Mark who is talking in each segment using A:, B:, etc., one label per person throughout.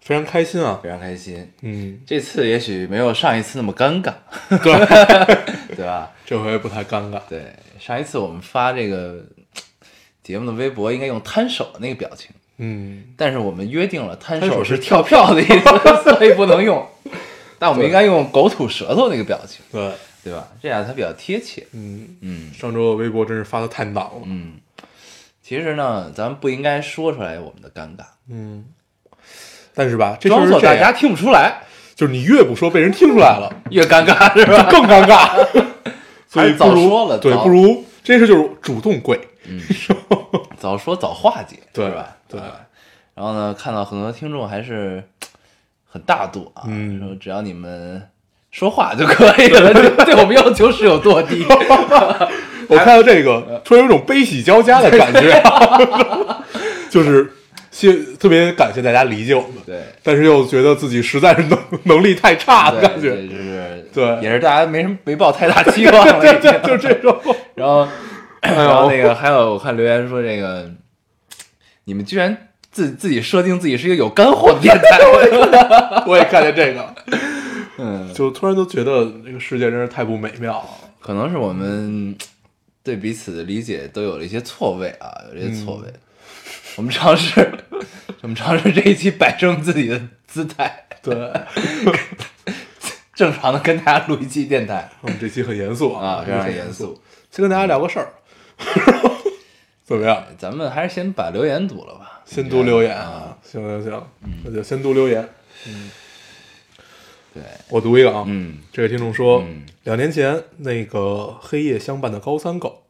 A: 非常开心啊。
B: 非常开心。
A: 嗯，
B: 这次也许没有上一次那么尴尬，
A: 对，
B: 对吧？
A: 这回不太尴尬。
B: 对，上一次我们发这个节目的微博应该用摊手的那个表情，
A: 嗯，
B: 但是我们约定了摊
A: 摊
B: 手
A: 手
B: 是
A: 是
B: 跳票的意 思，所以不能用。但我们应该用狗吐舌头那个表情，
A: 对，
B: 对吧？这样它比较贴切。
A: 嗯，
B: 嗯
A: 上周的微博真是发的太难了。
B: 嗯，其实呢，咱们不应该说出来我们的尴尬，
A: 嗯，但是吧，这就
B: 装
A: 是
B: 作
A: 这
B: 大
A: 样
B: 家听不出来
A: 就是你越不说，被人听出来了，
B: 越尴 尬，是
A: 就
B: 吧？
A: 更 尴尬。所
B: 还
A: 以
B: 是
A: 不
B: 早
A: 如
B: 说了
A: 对，
B: 早
A: 不如这事就是主动跪。
B: 早说早化解，
A: 对
B: 是吧？
A: 对
B: 啊然后呢，看到很多听众还是很大度啊，
A: 嗯
B: 说只要你们说话就可以 了，对对我们要求是有多低。
A: 我看到这个，突然有一种悲喜交加的感觉啊， 就是谢特别感谢大家理解我们，
B: 对，
A: 但是又觉得自己实在是能能力太差的
B: 对
A: 感觉。
B: 对就是
A: 对
B: 也是大家没什么没抱太大期望了，
A: 对
B: 已经
A: 对，就这种。 哎
B: 然后，然
A: 呦
B: 后那个还有我看留言说这个，你们居然自自己设定自己是一个有干货的电台，
A: 我也看见这个，
B: 嗯，
A: 就突然都觉得这个世界真是太不美妙了。
B: 可能是我们对彼此的理解都有了一些错位啊，有这些
A: 嗯
B: 错位。我们尝试，我们尝试这一期摆正自己的姿态，
A: 对，
B: 正常的跟大家录一期电台
A: 我嗯们这期很严肃
B: 啊，非
A: 这期
B: 常
A: 很
B: 严
A: 严
B: 肃。。
A: 先跟大家聊个事儿， 怎么样？
B: 咱们还是先把留言读了吧，
A: 先读留言
B: 啊，，嗯
A: 行行行，那就先读留言。
B: 对，
A: 我读一个啊，
B: 嗯，
A: 这位听众说
B: 嗯，
A: 两年前那个黑夜相伴的高三狗，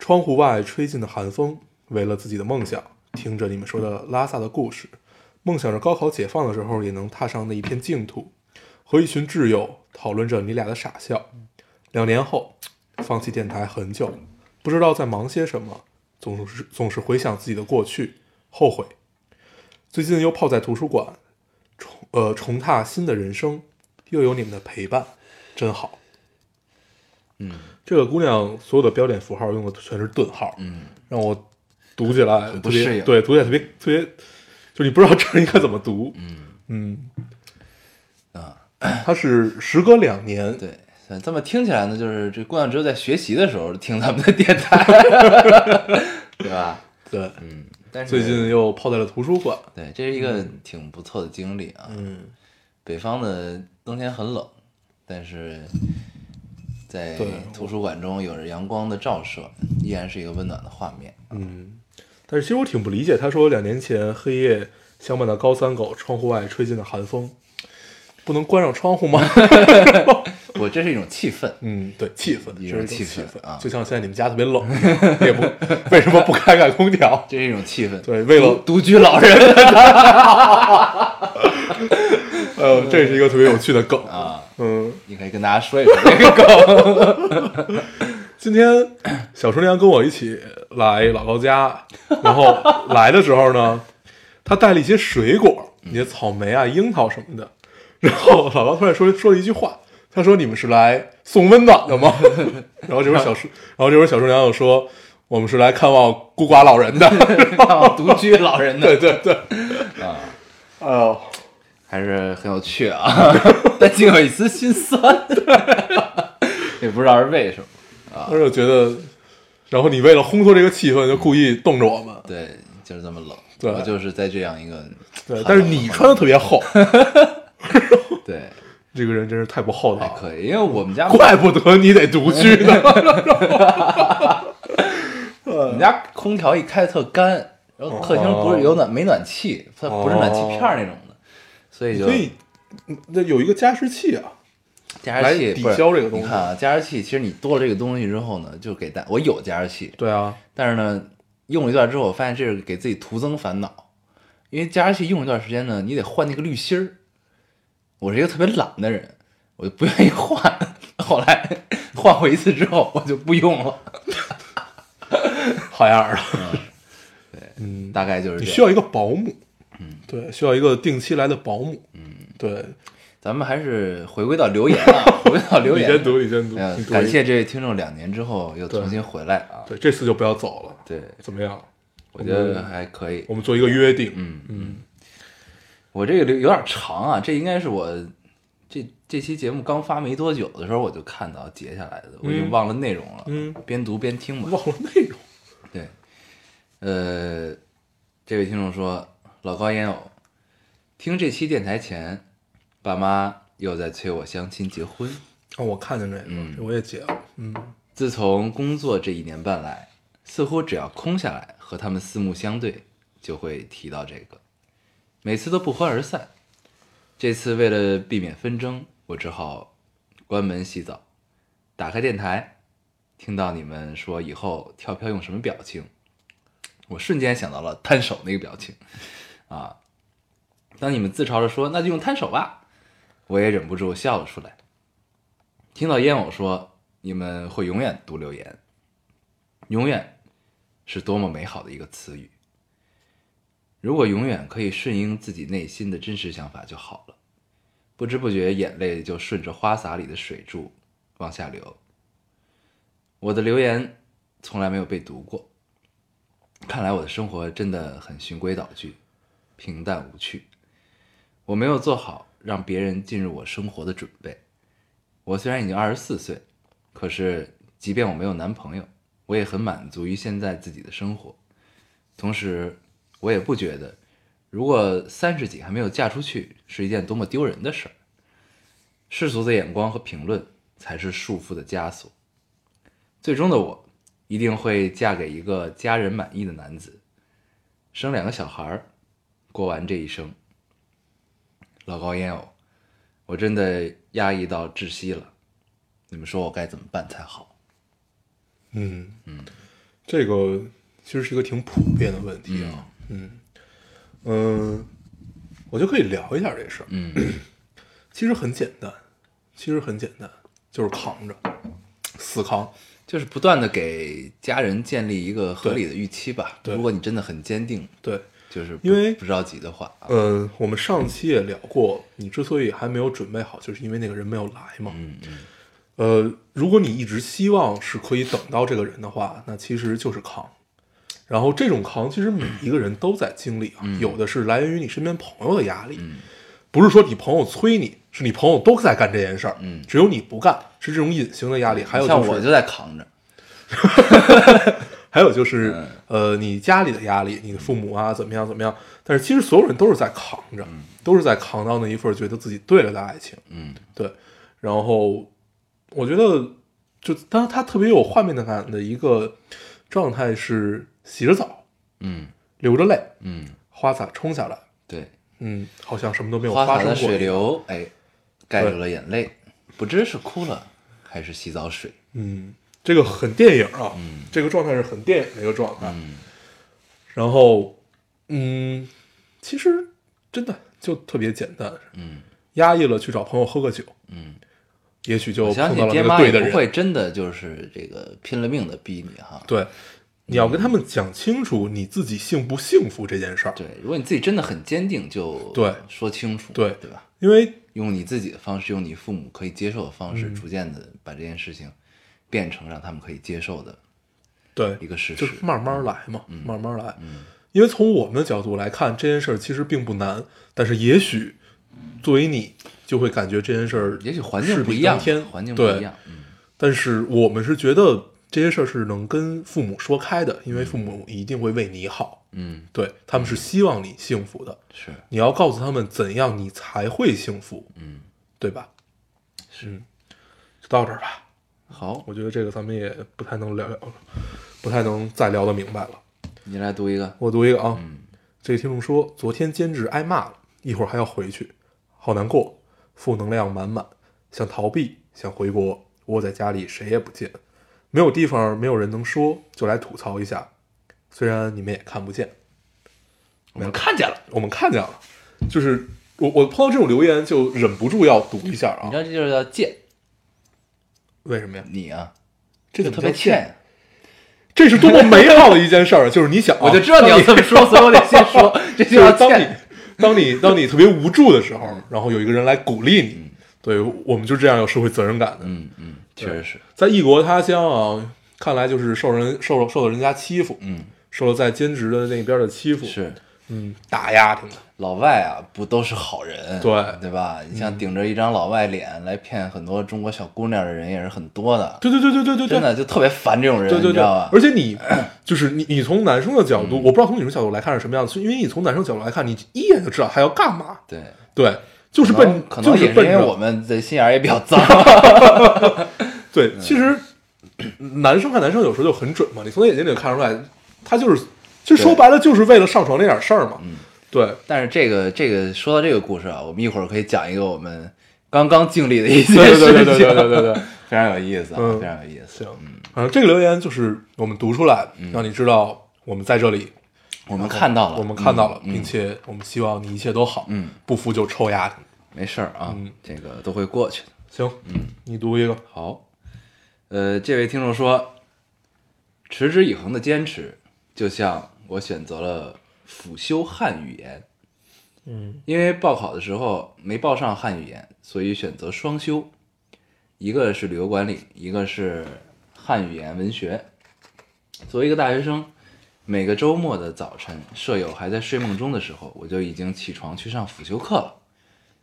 A: 窗户外吹进的寒风，为了自己的梦想，听着你们说的拉萨的故事，梦想着高考解放的时候也能踏上那一片净土，和一群挚友讨论着你俩的傻笑。两年后，放弃电台很久，不知道在忙些什么，总是总是回想自己的过去，后悔。最近又泡在图书馆，重呃重踏新的人生，又有你们的陪伴，真好。
B: 嗯
A: 这个姑娘所有的标点符号用的全是顿号，
B: 嗯，
A: 让我读起来
B: 不
A: 特别
B: 适应
A: 对，读起来特别特别，就你不知道这儿应该怎么读。嗯啊，它是时隔两年，
B: 对。这么听起来呢，就是这姑娘只有在学习的时候听咱们的电台， 对吧？
A: 对，
B: 嗯，但是
A: 最近又泡在了图书馆。
B: 对，这是一个挺不错的经历啊。
A: 嗯，
B: 北方的冬天很冷，但是在
A: 对
B: 图书馆中有着阳光的照射，依然是一个温暖的画面。
A: 嗯但是其实我挺不理解，他说两年前黑夜相伴的高三狗，窗户外吹进的寒风，不能关上窗户吗？
B: 我这是一种气氛，
A: 嗯，对，气氛，
B: 一
A: 这
B: 种
A: 是
B: 气
A: 气
B: 氛啊
A: 就像现在你们家特别冷，你也不为什么不开开空 调？
B: 这是一种气氛。
A: 对，为
B: 独
A: 了
B: 独居老人
A: 呃，这是一个特别有趣的梗。
B: 啊，
A: 嗯，
B: 你可以跟大家说一说这个梗。
A: 今天小厨娘跟我一起来老高家，然后来的时候呢，她带了一些水果，一些草莓啊、樱桃什么的。然后老高突然说说了一句话，他说：“你们是来送温暖的吗？”然后这会儿小厨，然后这会儿小厨娘又说：“我们是来看望孤寡老人的。
B: 啊独居老人”
A: 对
B: 的
A: 对对，
B: 啊，
A: 哎呦，
B: 还是很有趣啊， 但竟有一丝心酸， 也不知道是为什么。
A: 当时我觉得，然后你为了烘托这个气氛，就故意冻着我们。
B: 对，就是这么冷。
A: 对
B: 我就是在这样一个
A: 对，但是你穿的特别厚，
B: 对
A: 这个人真是太不厚道
B: 还
A: 了。
B: 可以，因为我们家
A: 怪不得你得独居呢。
B: 我们家空调一开特干，然后客厅不是有暖没暖气，它不是暖气片儿那种的，所以就
A: 哦所以嗯那有一个加湿器啊，
B: 加湿器
A: 来抵
B: 不是
A: 消这个东西
B: 你看啊，加湿器其实你多了这个东西之后呢，就给大我有加湿器，
A: 对啊，
B: 但是呢，用了一段之后，我发现这是给自己徒增烦恼，因为加湿器用一段时间呢，你得换那个滤芯儿。我是一个特别懒的人，我就不愿意换。 后来换过一次之后，我就不用 了。
A: 好样儿的！啊
B: 嗯，大概就是
A: 你
B: 这
A: 需
B: 样。
A: 要一个保姆，嗯，对，需要一个定期来的保姆，嗯，对，
B: 咱们还是回归到留言啊，回归到留
A: 你
B: 言。
A: 先读，你先读，
B: 哎呀
A: 你读
B: 感谢这位听众两年之后又重新回来啊。
A: 对，这次就不要走了，
B: 对，
A: 怎么样？
B: 我觉得还可以。
A: 我们做一个约定，
B: 嗯
A: 嗯，
B: 我这个留有点长啊，这应该是我这这期节目刚发没多久的时候我就看到截下来的，我已经忘了内容了。
A: 嗯，
B: 边读边听吧。
A: 忘了内容，
B: 对，呃，这位听众说，老高烟偶，听这期电台前，爸妈又在催我相亲结婚。
A: 哦，我看见这
B: 嗯
A: 个，这我也截了，嗯，
B: 自从工作这一年半来，似乎只要空下来和他们四目相对，就会提到这个，每次都不欢而散。这次为了避免纷争，我只好关门洗澡，打开电台，听到你们说以后跳票用什么表情，我瞬间想到了摊手那个表情，啊，当你们自嘲着说那就用摊手吧，我也忍不住笑了出来。听到烟偶说你们会永远读留言，永远是多么美好的一个词语。如果永远可以顺应自己内心的真实想法就好了。不知不觉，眼泪就顺着花洒里的水柱往下流。我的留言从来没有被读过，看来我的生活真的很循规蹈矩，平淡无趣。我没有做好让别人进入我生活的准备。我虽然已经二十四岁，可是即便我没有男朋友，我也很满足于现在自己的生活。同时，我也不觉得，如果三十几还没有嫁出去是一件多么丢人的事儿。世俗的眼光和评论才是束缚的枷锁。最终的我，一定会嫁给一个家人满意的男子，生两个小孩儿，过完这一生。老高烟偶，我真的压抑到窒息了。你们说我该怎么办才好？
A: 嗯，这个其实是一个挺普遍的问题啊。嗯嗯、我就可以聊一下这事儿。
B: 嗯，
A: 其实很简单，其实很简单，就是扛着，死扛。
B: 就是不断的给家人建立一个合理的预期吧。
A: 对对
B: 如果你真的很坚定，
A: 对，
B: 就是不
A: 因为
B: 不着急的话啊，
A: 嗯、我们上期也聊过，你之所以还没有准备好，就是因为那个人没有来嘛。
B: 嗯嗯
A: 呃，如果你一直希望是可以等到这个人的话，那其实就是扛。然后这种扛，其实每一个人都在经历啊，
B: 嗯
A: 有的是来源于你身边朋友的压力，不是说你朋友催你，是你朋友都在干这件事儿，
B: 嗯
A: 只有你不干，是这种隐形的压力。还有
B: 像
A: 是
B: 我就在扛着，
A: 还有就是，
B: 嗯
A: 呃，你家里的压力，你的父母啊，怎么样怎么样？但是其实所有人都是在扛着，都是在扛到那一份觉得自己对了的爱情。
B: 嗯，
A: 对。然后我觉得，就当他特别有画面感的一个状态是洗着澡，
B: 嗯
A: 流着泪，
B: 嗯，
A: 花洒冲下来，
B: 对，
A: 嗯，好像什么都没有
B: 花
A: 发
B: 洒
A: 生过。
B: 的水流，哎，盖住了眼泪，不知是哭了还是洗澡水。
A: 嗯，这个很电影啊，这个状态是很电影的一个状态。
B: 嗯
A: 然后，嗯，其实真的就特别简单，
B: 嗯
A: 压抑了去找朋友喝个酒，
B: 嗯，
A: 也许
B: 我
A: 就
B: 相
A: 碰
B: 信
A: 到了
B: 爹
A: 那个
B: 妈
A: 对
B: 也
A: 的
B: 不
A: 人。
B: 会真的就是这个拼了命的逼你哈。
A: 对，你要跟他们讲清楚你自己幸不幸福这件事儿，
B: 对，如果你自己真的很坚定，就
A: 对
B: 说清楚，
A: 对
B: 对吧？
A: 因为
B: 用你自己的方式，用你父母可以接受的方
A: 嗯
B: 式，逐渐的把这件事情变成让他们可以接受的
A: 对
B: 一个嗯事
A: 就
B: 实
A: 是。慢慢来嘛，慢慢来。因为从我们的角度来看，这件事儿其实并不难，但是也许作为你就会感觉这件事儿，
B: 也许环境不一
A: 事
B: 样
A: 比登天，，
B: 环境不
A: 对
B: 一样，嗯
A: 但是我们是觉得这些事儿是能跟父母说开的，因为父母一定会为你好，
B: 嗯，
A: 对他们是希望你幸福的。
B: 是
A: 你要告诉他们怎样你才会幸福，
B: 嗯，
A: 对吧？是，就到这儿吧。
B: 好，
A: 我觉得这个咱们也不太能聊聊了，不太能再聊得明白了。
B: 你来读一个，
A: 我读一个啊，
B: 嗯
A: 这个听众说，昨天兼职挨骂了，一会儿还要回去，好难过，负能量满满，想逃避，想回国，窝在家里谁也不见，没有地方，没有人能说，就来吐槽一下，虽然你们也看不见，
B: 我们看见了，
A: 我们看见了，就是我我碰到这种留言就忍不住要读一下
B: 你
A: 啊
B: 知！道这就是叫贱，
A: 为什么呀？
B: 你啊，
A: 这
B: 就
A: 个
B: 特别欠，呀。
A: 这是多么美好的一件事儿！就是你想啊、
B: 我就知道你要这么说，所以我得先 说，这
A: 就
B: 叫
A: 是当你
B: 欠。
A: 当你当你特别无助的时候，然后有一个人来鼓励你，对我们就这样有社会责任感的。
B: 嗯嗯，确实是，
A: 在异国他乡啊，看来就是受人受受到人家欺负，
B: 嗯
A: 受到在兼职的那边的欺负，
B: 是。
A: 嗯打压挺的。
B: 老外啊，不都是好人，
A: 对嗯
B: 对吧？你像顶着一张老外脸来骗很多中国小姑娘的人也是很多的，
A: 对对对对对对对，
B: 真的就特别烦这种人，
A: 对
B: 你
A: 对
B: 知
A: 对
B: 道啊嗯吧，？
A: 而且 你就是你，你从男生的角度，我不知道从女生角度来看是什么样子，因为你从男生角度来看，你一眼就知道他要干嘛。
B: 对，
A: 对，就是
B: 可能
A: 奔，
B: 可
A: 就
B: 能
A: 是
B: 也是因
A: 奔
B: 为
A: 着
B: 我们的心眼儿也比较脏，
A: 对，其实男生看男生有时候就很准嘛，你从他眼睛里看出来，他就是，就说白了就是为了上床那点事儿嘛。对，
B: 但是这个这个说到这个故事啊，我们一会儿可以讲一个我们刚刚经历的一些
A: 对
B: 事情，
A: 对对对对对对对，
B: 非常有意思啊，
A: 嗯
B: 非常有意思
A: 行。，反正这个留言就是我们读出来，让你知道我们在这里，
B: 我们看到了，
A: 我们看到了，
B: 嗯嗯
A: 并且我们希望你一切都好，
B: 嗯，
A: 不服就抽丫的。
B: 没事儿啊
A: 嗯，
B: 这个都会过去的。
A: 行，你读一个，
B: 好，呃，这位听众说，持之以恒的坚持，就像我选择了辅修汉语言，嗯，因为报考的时候没报上汉语言，所以选择双修，一个是旅游管理，一个是汉语言文学。作为一个大学生，每个周末的早晨，舍友还在睡梦中的时候，我就已经起床去上辅修课了，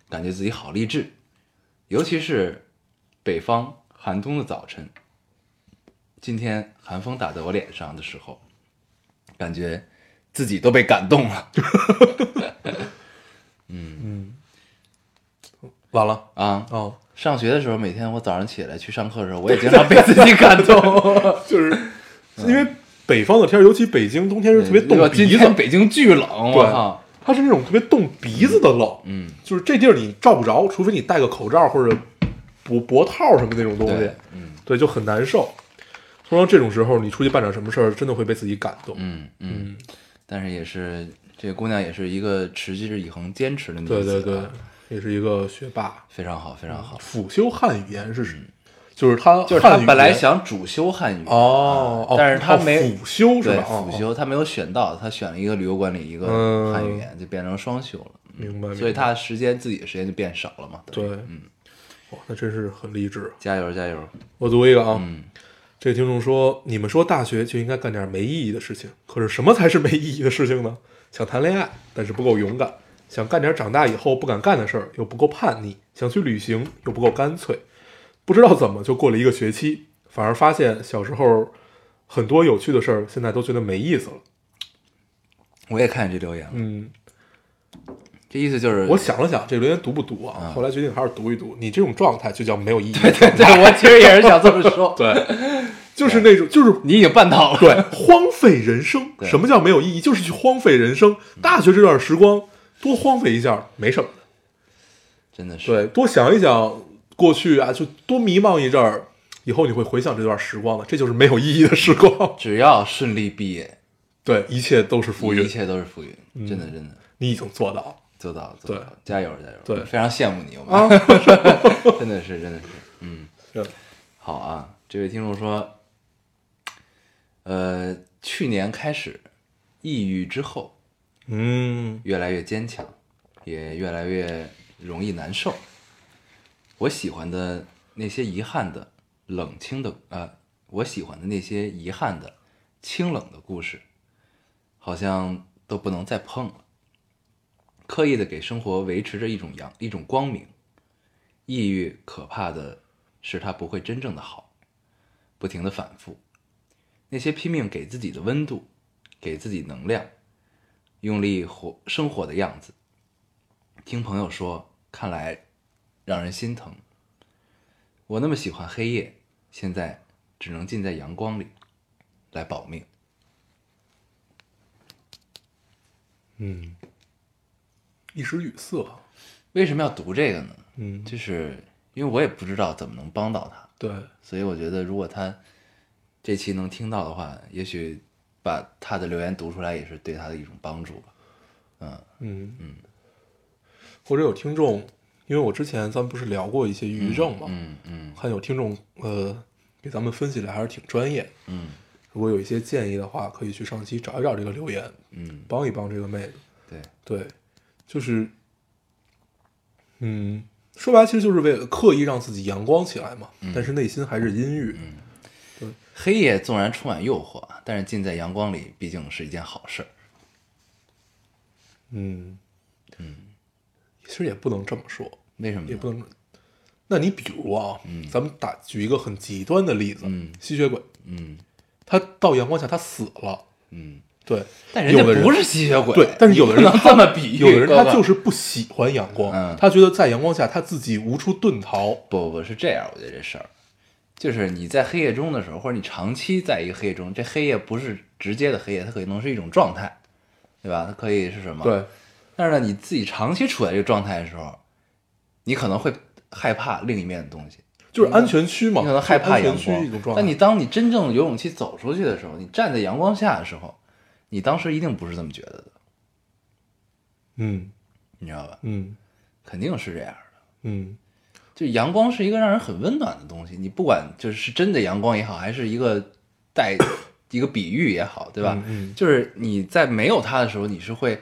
B: 感觉自己好励志，尤其是北方寒冬的早晨，今天寒风打在我脸上的时候，感觉自己都被感动了
A: 完了
B: 啊！
A: 哦。
B: 上学的时候，每天我早上起来去上课的时候，我也经常被自己感动，
A: 就是因为北方的天儿，尤其北京冬天是 特别啊冻
B: 我今
A: 鼻
B: 天
A: 子，
B: 北京巨冷，我操！
A: 它是那种特别冻鼻子的冷，
B: 嗯，
A: 就是这地儿你照不着，除非你戴个口罩或者脖脖套什么那种东西
B: 对，，嗯
A: 对，就很难受。通常这种时候，你出去办点什么事儿，真的会被自己感动。
B: 嗯嗯，但是也是这个姑娘也是一个持之以恒坚持的女
A: 对
B: 子，啊
A: 对对，，也是一个学霸。
B: 非常好，非常好。
A: 辅修汉语言是什么？就是他，
B: 嗯就是她
A: 汉语
B: 本来
A: 言
B: 想主修汉语，
A: 哦，哦
B: 但是他
A: 哦
B: 没
A: 辅修是
B: 对
A: 吧？哦
B: 辅，修，他没有选到，他选了一个旅游管理，一个
A: 嗯
B: 汉语言，就变成双修了。嗯
A: 明白。明白
B: 所以他时间自己的时间就变少了嘛。
A: 对，
B: 于，
A: 嗯，哇，那真是很励志啊。
B: 加油加油，
A: 我读一个啊，
B: 嗯
A: 这个听众说：“你们说大学就应该干点没意义的事情，可是什么才是没意义的事情呢？ 想谈恋爱，但是不够勇敢；想干点长大以后不敢干的事儿，又不够叛逆；想去旅行，又不够干脆。不知道怎么就过了一个学期，反而发现小时候很多有趣的事儿，现在都觉得没意思了。
B: 我也看见这留言了，
A: 嗯，
B: 这意思就是
A: 我，想了想，这个留言读不读啊？后来决定还是读一读。你这种状态就叫没有意义。对 对，
B: 对我其实也是想这么说
A: 对， 就是那种，就是
B: 你已经办到了，
A: 对，荒废人生。
B: 对
A: 什么叫没有意义？就是去荒废人生。大学这段时光多荒废一下没什么的，
B: 真的是，
A: 对，多想一想过去啊，就多迷茫一阵儿，以后你会回想这段时光的，这就是没有意义的时光。
B: 只要顺利毕业，
A: 对，一切都是浮
B: 一
A: 云，
B: 切都是浮云，真的真的
A: 你已经做到了。
B: 做到了，做到了，加油加油，
A: 对
B: 非常羡慕你，我们 真的是真的是，嗯。
A: 是
B: 好啊，这位听众说，呃，去年开始抑郁之后，
A: 嗯，
B: 越来越坚强，也越来越容易难受。我喜欢的那些遗憾的、冷清的，呃，我喜欢的那些遗憾的、清冷的故事，好像都不能再碰了。刻意的给生活维持着一种阳、一种光明。抑郁可怕的是，它不会真正的好，不停的反复。那些拼命给自己的温度，给自己能量，用力活生活的样子。听朋友说，看来让人心疼。我那么喜欢黑夜，现在只能浸在阳光里来保命。
A: 一时语塞。啊
B: 为什么要读这个呢？
A: 嗯，
B: 就是因为我也不知道怎么能帮到他，
A: 对，
B: 所以我觉得如果他这期能听到的话，也许把他的留言读出来也是对他的一种帮助吧。
A: 嗯嗯，或者有听众，因为我之前咱们不是聊过一些抑郁症嘛，
B: 嗯嗯
A: 看有听众呃给咱们分析的还是挺专业。
B: 嗯
A: 如果有一些建议的话，可以去上期找一找这个留言，
B: 嗯，
A: 帮一帮这个妹子。
B: 对，
A: 对，就是，嗯，说白了其实就是为了刻意让自己阳光起来嘛，
B: 嗯
A: 但是内心还是阴郁。
B: 黑夜纵然充满诱惑，但是尽在阳光里毕竟是一件好事儿。
A: 嗯，其实也不能这么说，
B: 为什么
A: 也
B: 呢？
A: 不能。那你比如啊，咱们打举一个很极端的例子，
B: 嗯
A: 吸血鬼，
B: 嗯
A: 他到阳光下他死了，
B: 嗯，
A: 对，
B: 但人
A: 有的
B: 家
A: 人
B: 不是吸血鬼，
A: 对， 但是有的人
B: 你 不能
A: 他
B: 这么比喻，
A: 有的人他
B: 哥哥
A: 就是不喜欢阳光，
B: 嗯
A: 他觉得在阳光下他自己无处遁逃。
B: 不不不是这样，我觉得这事儿就是你在黑夜中的时候，或者你长期在一个黑夜中，这黑夜不是直接的黑夜，它可能是一种状态，对吧？它可以是什么？。
A: 对，
B: 但是呢，你自己长期处在这个状态的时候，你可能会害怕另一面的东西，
A: 就是安全区嘛，
B: 你可能害怕
A: 安全
B: 阳
A: 区一
B: 光。
A: 种状态。
B: 但你当你真正有勇气走出去的时候，你站在阳光下的时候，你当时一定不是这么觉得的，
A: 嗯
B: 你知道吧？
A: 嗯
B: 肯定是这样的。
A: 嗯
B: 就阳光是一个让人很温暖的东西，你不管就是是真的阳光也好，还是一个带一个比喻也好，对吧？
A: 嗯嗯
B: 就是你在没有它的时候，你是会，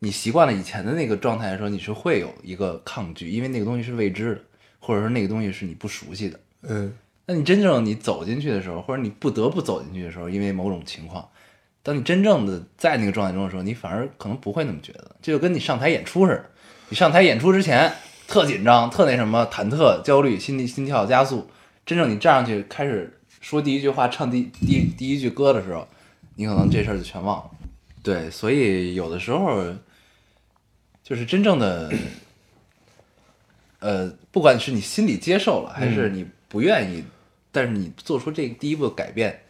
B: 你习惯了以前的那个状态的时候，你是会有一个抗拒，因为那个东西是未知的，或者说那个东西是你不熟悉的。
A: 嗯
B: 那你真正你走进去的时候，或者你不得不走进去的时候，因为某种情况，当你真正的在那个状态中的时候，你反而可能不会那么觉得。这就跟你上台演出似的，你上台演出之前特紧张、特那什么、忐忑、焦虑、心力心跳加速，真正你站上去开始说第一句话、唱第第第一句歌的时候，你可能这事儿就全忘了。对，所以有的时候就是真正的，呃，不管是你心里接受了，
A: 嗯
B: 还是你不愿意，但是你做出这第一步的改变，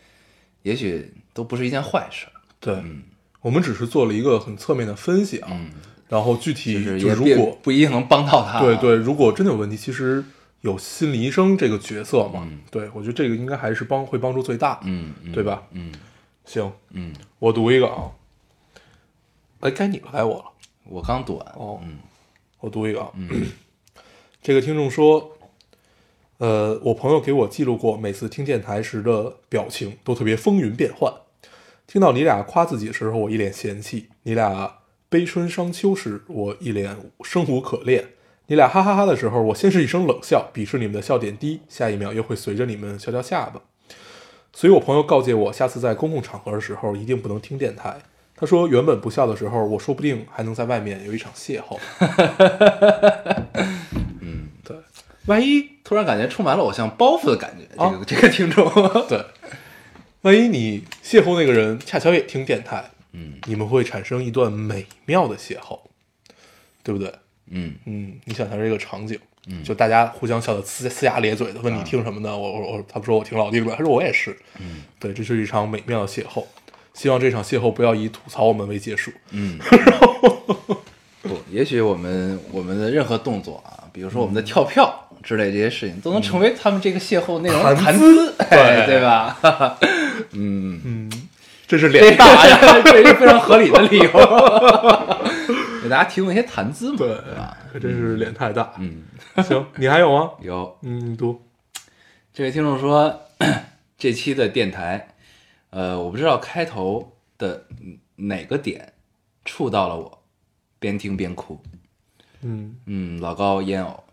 B: 也许都不是一件坏事儿。
A: 对，
B: 嗯
A: 我们只是做了一个很侧面的分析啊，然后具体
B: 嗯就是
A: 就
B: 也
A: 如
B: 别
A: 果
B: 不一定能帮到他、
A: 对，对，如果真的有问题，其实有心理医生这个角色嘛，对我觉得这个应该还是帮会帮助最大，
B: 嗯嗯
A: 对吧？
B: 嗯
A: 行，
B: 嗯，
A: 我读一个啊，哎，该你了，该我了。
B: 我刚读完。
A: 哦，我读一个啊。 这个听众说，呃，我朋友给我记录过每次听电台时的表情都特别风云变幻。听到你俩夸自己的时候，我一脸嫌弃；你俩悲春伤秋时，我一脸生无可恋；你俩哈哈哈的时候，我先是一声冷笑，鄙视你们的笑点低，下一秒又会随着你们翘翘下巴。所以我朋友告诫我，下次在公共场合的时候一定不能听电台。他说，原本不笑的时候，我说不定还能在外面有一场邂逅。嗯，对，万一
B: 突然感觉充满了偶像包袱的感觉，
A: 啊
B: 这个这个听众，
A: 对，万一你邂逅那个人恰巧也听电台，
B: 嗯
A: 你们会产生一段美妙的邂逅，对不对？
B: 嗯，
A: 嗯，你想象这个场景，嗯，就大家互相笑的呲呲牙咧嘴的，问
B: 嗯
A: 你听什么呢？我我我，他们说我听老丁的，他说我也是，嗯，对，这是一场美妙的邂逅，希望这场邂逅不要以吐槽我们为结束，
B: 嗯不，也许我们我们的任何动作啊，比如说我们的跳票之类这些事情，都能成为他们这个邂逅内容的谈资，哎对吧？
A: 这是
B: 这
A: 脸大，
B: 大呀，这是非常合理的理由， 给大家提供一些谈资嘛，
A: 对
B: 对吧？，
A: 这是脸太大，
B: 嗯，
A: 行，你还 有吗？
B: 有
A: 嗯，你读，
B: 这位听众说，这期的电台，呃，我不知道开头的哪个点触到了我，边听边哭。
A: 嗯
B: 嗯，老高烟偶，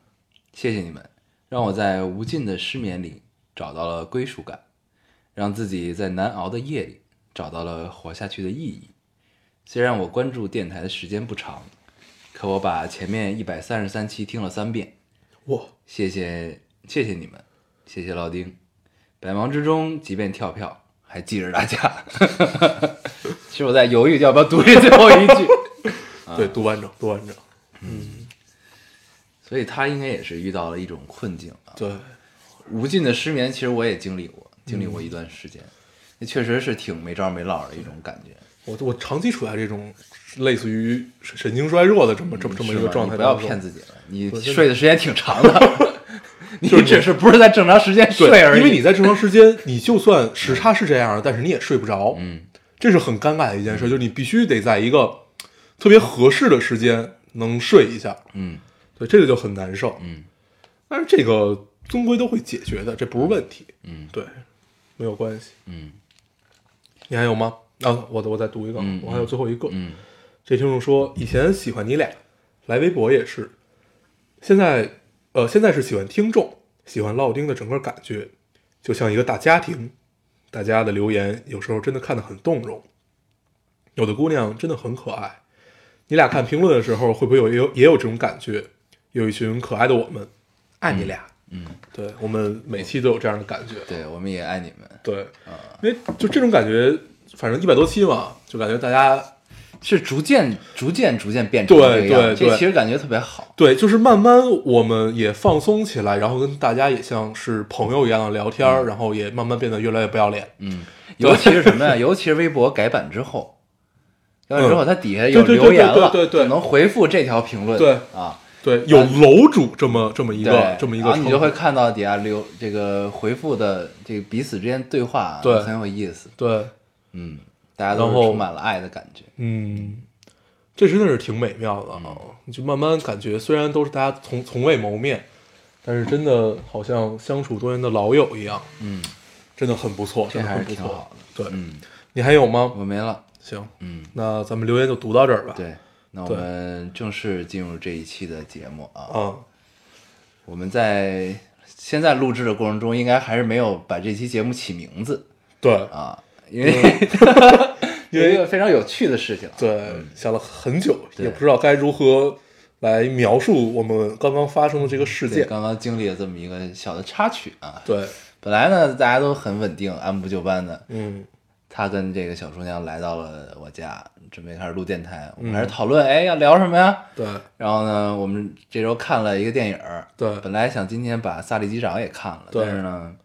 B: 谢谢你们，让我在无尽的失眠里找到了归属感，让自己在难熬的夜里找到了活下去的意义。虽然我关注电台的时间不长，可我把前面一百三十三期听了三遍，
A: 哇，
B: 谢谢谢谢你们，谢谢老丁。百忙之中，即便跳票，还记着大家。 其实我在犹豫要不要读这最后一句，啊
A: 对，读完整，读完整，
B: 所以他应该也是遇到了一种困境啊。
A: 对，
B: 无尽的失眠，其实我也经历过，经历过一段时间，那、确实是挺没招没落的一种感觉。
A: 我我长期处在这种类似于神神经衰弱的这么这么这么
B: 是
A: 一个
B: 吗
A: 状
B: 你
A: 态，
B: 不要骗自
A: 己。
B: 己了，你
A: 对真的
B: 睡的时间挺长 的，你
A: 就是你
B: 只是不是在正常时间睡而
A: 对，
B: 已。
A: 因为你在正常时 间，你就算时差是这样的，但是你也睡不着，
B: 嗯，
A: 这是很尴尬的一件事，就是你必须得在一个特别合适的时间能睡一下，
B: 嗯
A: 对，这个就很难受。
B: 嗯，
A: 但是这个终归都会解决的，这不是问题。
B: 嗯
A: 对，没有关系。
B: 嗯
A: 你还有吗？啊，我我再读一个，
B: 嗯
A: 我还有最后一个。
B: 嗯
A: 这听众说以前喜欢你俩，来微博也是，现在呃现在是喜欢听众，喜欢烙丁的整个感觉，就像一个大家庭。大家的留言有时候真的看得很动容，有的姑娘真的很可爱。你俩看评论的时候，会不会有也有也有这种感觉？有一群可爱的我们，爱你俩。
B: 嗯，
A: 对我们每期都有这样的感觉。
B: 对，我们也爱你们。
A: 对，因为就这种感觉，反正一百多期嘛，就感觉大家
B: 是逐渐、逐渐、逐渐变成这个
A: 对
B: 样
A: 对
B: 子，
A: 对
B: 这其实感觉特别好。
A: 对，就是慢慢我们也放松起来，然后跟大家也像是朋友一样的聊天儿，然后也慢慢变得越来越不要脸。
B: 嗯，尤其是什么呀？ 尤其是微博改版之后，改版之后它底下有
A: 对对对
B: 留言了，
A: 对对对对
B: 就能回复这条评论，
A: 对
B: 啊，
A: 对，有楼主这么这么一个
B: 对
A: 这么一
B: 然
A: 个
B: 后
A: 称
B: 你
A: 呼，
B: 就会看到底下留这个回复的这个彼此之间对话，
A: 对
B: 很有意思。
A: 对，
B: 嗯，大家都是
A: 然后
B: 充满了爱的感觉。
A: 嗯，这真的是挺美妙
B: 嗯
A: 的啊！你就慢慢感觉，虽然都是大家从从未谋面，但是真的好像相处多年的老友一样，
B: 嗯，
A: 真的很不错，
B: 这
A: 真的
B: 还
A: 很
B: 是
A: 不
B: 挺
A: 错
B: 好。的。
A: 对，
B: 嗯，
A: 你还有吗？
B: 我没了。
A: 行，
B: 嗯，
A: 那咱们留言就读到这儿吧。，
B: 对，那我
A: 啊对
B: 们正式进入这一期的节目啊。
A: 啊，
B: 我们在现在录制的过程中，应该还是没有把这期节目起名字
A: 对，
B: 啊，因为 有
A: 因
B: 一
A: 为
B: 个非常有趣的事情啊。
A: 对，想了很久，
B: 对
A: 也不知道该如何来描述我们刚刚发生的这个事
B: 对，
A: 件。
B: 刚刚经历了这么一个小的插曲啊。
A: 对，
B: 本来呢，大家都很稳定，按部就班的。
A: 嗯，
B: 他跟这个小姑娘来到了我家，准备开始录电台。我们
A: 嗯
B: 开始讨论，哎，要聊什么呀？
A: 对，
B: 然后呢，我们这周看了一个电影儿。
A: 对
B: 本来想今天把《萨利机长》也看了，
A: 对
B: 但是呢，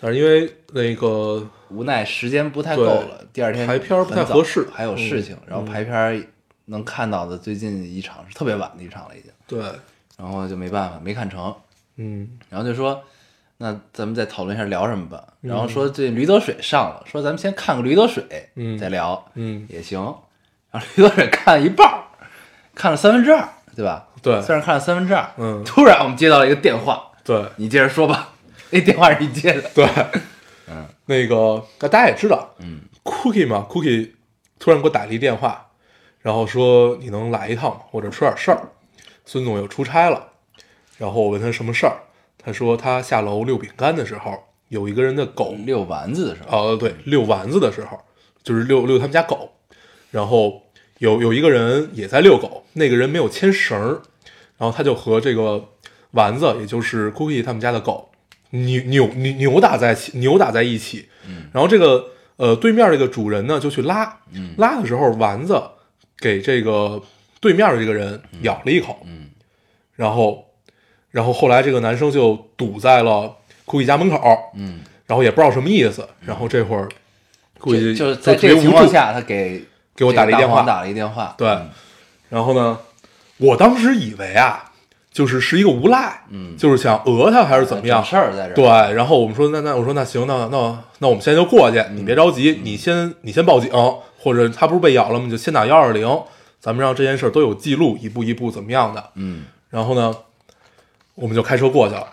A: 但是因为那个，
B: 无奈时间不太够
A: 对
B: 了，第二天
A: 排片儿不太
B: 很早
A: 合适嗯
B: 还有事情，然后排片儿能看到的最近一场是特别晚的一场了已经，
A: 对，
B: 然后就没办法没看成，
A: 嗯，
B: 然后就说那咱们再讨论一下聊什么吧，然后说这驴得水上了，说咱们先看个驴得水，
A: 嗯
B: 再聊，
A: 嗯
B: 也行，然后驴得水看了一半儿，看了三分之二，对吧？
A: 对
B: 虽然看了三分之二，
A: 嗯
B: 突然我们接到了一个电话，
A: 对，
B: 你接着说吧，那电话是你接的，
A: 对，嗯，那个大家也知道，嗯，Cookie 嘛，Cookie 突然给我打了一电话，然后说你能来一趟吗？或者出点事儿，孙总又出差了。然后我问他什么事儿，他说他下楼遛饼干的时候，有一个人的狗
B: 遛丸子的时候，
A: 哦，对，遛丸子的时候，就是遛遛他们家狗，然后有有一个人也在遛狗，那个人没有牵绳儿，然后他就和这个丸子，也就是 Cookie 他们家的狗扭扭扭扭打在一起，扭打在一起，
B: 嗯
A: 然后这个呃对面这个主人呢就去拉，
B: 嗯
A: 拉的时候丸子给这个对面的这个人咬了一口，
B: 嗯
A: 然后然后后来这个男生就堵在了 Cookie 家门口，
B: 嗯。
A: 然后也不知道什么意思，然后这会儿估计
B: 就就是
A: 特
B: 在这
A: 别
B: 个情
A: 无
B: 况
A: 助，
B: 下，他给
A: 给我打了一
B: 这个
A: 电
B: 大
A: 话
B: 黄打了一电话，
A: 对
B: 嗯，
A: 然后呢，我当时以为啊，就是是一个无赖，嗯，就是想讹他还是怎么样
B: 整事儿在这儿，
A: 对，然后我们说那那我说那行那那那我们现在就过去，你别着急，你先你先报警，或者他不是被咬了吗？你就先打幺二零，咱们让这件事儿都有记录，一步一步怎么样的。
B: 嗯
A: 然后呢，我们就开车过去了。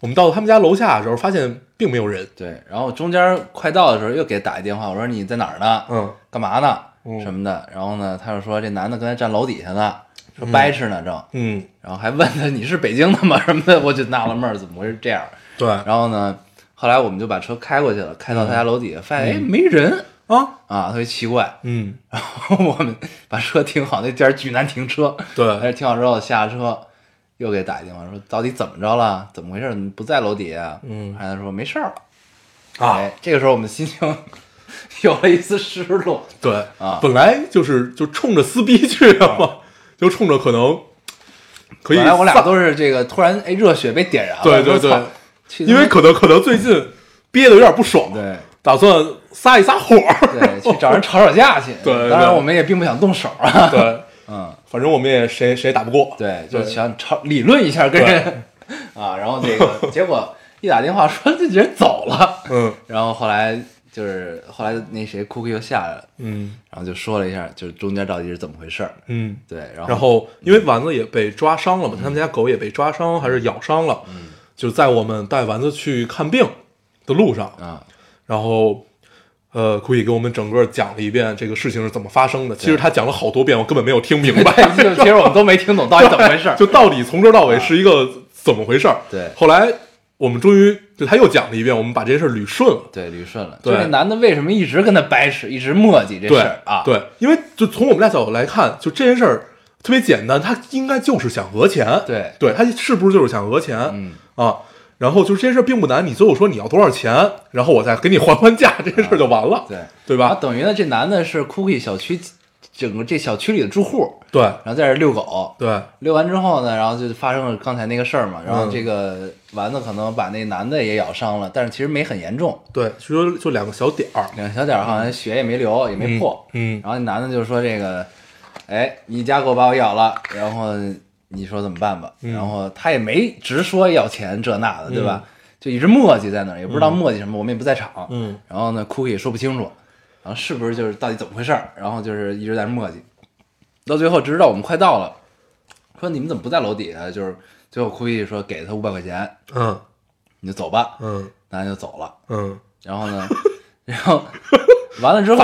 A: 我们到他们家楼下的时候，发现并没有人，
B: 对。然后中间快到的时候，又给打一电话，我说你在哪儿呢？
A: 嗯，
B: 干嘛呢？
A: 嗯
B: 什么的。然后呢，他就说这男的刚才站楼底下呢，说掰扯呢正。
A: 嗯，
B: 然后还问他你是北京的吗？什么的，我就纳了闷儿，怎么会是这样？
A: 对
B: 然后呢，后来我们就把车开过去了，开到他家楼底下，发
A: 嗯
B: 现哎没人
A: 啊，
B: 啊，特别奇怪。
A: 嗯，
B: 然后我们把车停好，那地儿巨难停车。但
A: 对，
B: 是停好之后下车，又给打一电话说到底怎么着了？怎么回事？你不在楼底下？
A: 嗯
B: 后来他说没事儿了。
A: 啊，
B: 哎，这个时候我们心情 有了一丝失落。
A: 对
B: 啊
A: 本来就是就冲着撕逼去的嘛，就冲着可能可以
B: 本
A: 散，
B: 来我俩都是这个突然哎热血被点燃了，
A: 对对
B: 我说
A: 对
B: 操，去他
A: 因为
B: 妈
A: 可能可能最近憋得有点不爽，
B: 对
A: 打算撒一撒火，
B: 对去找人吵吵架去。
A: 对对
B: 当然我们也并不想动手啊。
A: 对，
B: 嗯，
A: 反正我们也谁谁也打不过，
B: 对，就想吵理论一下跟人 啊，然后这个结果一打电话说这人走了，
A: 嗯，
B: 然后后来就是后来那谁 Cookie 又下来了，
A: 嗯
B: 然后就说了一下，就是中间到底是怎么回事儿。
A: 嗯。
B: 对，然后
A: 然后因为丸子也被抓伤了嘛，他们家狗也被抓伤还是咬伤了，
B: 嗯
A: 就在我们带丸子去看病的路上，
B: 啊，，
A: 然后呃，库伊给我们整个讲了一遍这个事情是怎么发生的。其实他讲了好多遍，我根本没有听明白
B: 就 其实我们都没听懂到底怎么回事儿。 啊
A: 就到底从这儿到尾是一个怎么回事儿。
B: 对
A: 后来我们终于就他又讲了一遍，我们把这件事儿捋顺了。
B: 对，捋顺了。
A: 对
B: 就那男的为什么一直跟他掰扯，一直磨叽这事
A: 对
B: 儿啊？，
A: 对，因为就从我们俩角度来看，就这件事儿特别简单，他应该就是想讹钱。
B: 对
A: 对，他是不是就是想讹钱？
B: 嗯
A: 啊，然后就是这件事儿并不难，你最后说你要多少钱，然后我再给你还还价，这件事儿就完了。
B: 啊对
A: 对
B: 然后
A: 吧？
B: 等于呢，这男的是 Cookie 小区整个这小区里的住户，
A: 对
B: 然后在这儿遛狗。
A: 对
B: 遛完之后呢，然后就发生了刚才那个事儿嘛，然后
A: 嗯
B: 这个丸子可能把那男的也咬伤了，但是其实没很严重，
A: 对，就就两个小点儿。
B: 两个小点儿好像血也没流，也没破。
A: 嗯嗯
B: 然后那男的就说这个，哎，你家狗把我咬了，然后你说怎么办吧？然后他也没直说要钱这那的，对吧？就一直磨叽在那儿，也不知道磨叽什么，我们也不在场。
A: 嗯，
B: 然后呢，Cookie 也说不清楚，然后是不是就是到底怎么回事儿？然后就是一直在那儿磨叽，到最后直到我们快到了，说你们怎么不在楼底下？就是最后 Cookie 说给他五百块钱，
A: 嗯
B: 你就走吧。
A: 嗯
B: 男的就走了。
A: 嗯
B: 然后呢， 然后完了之后，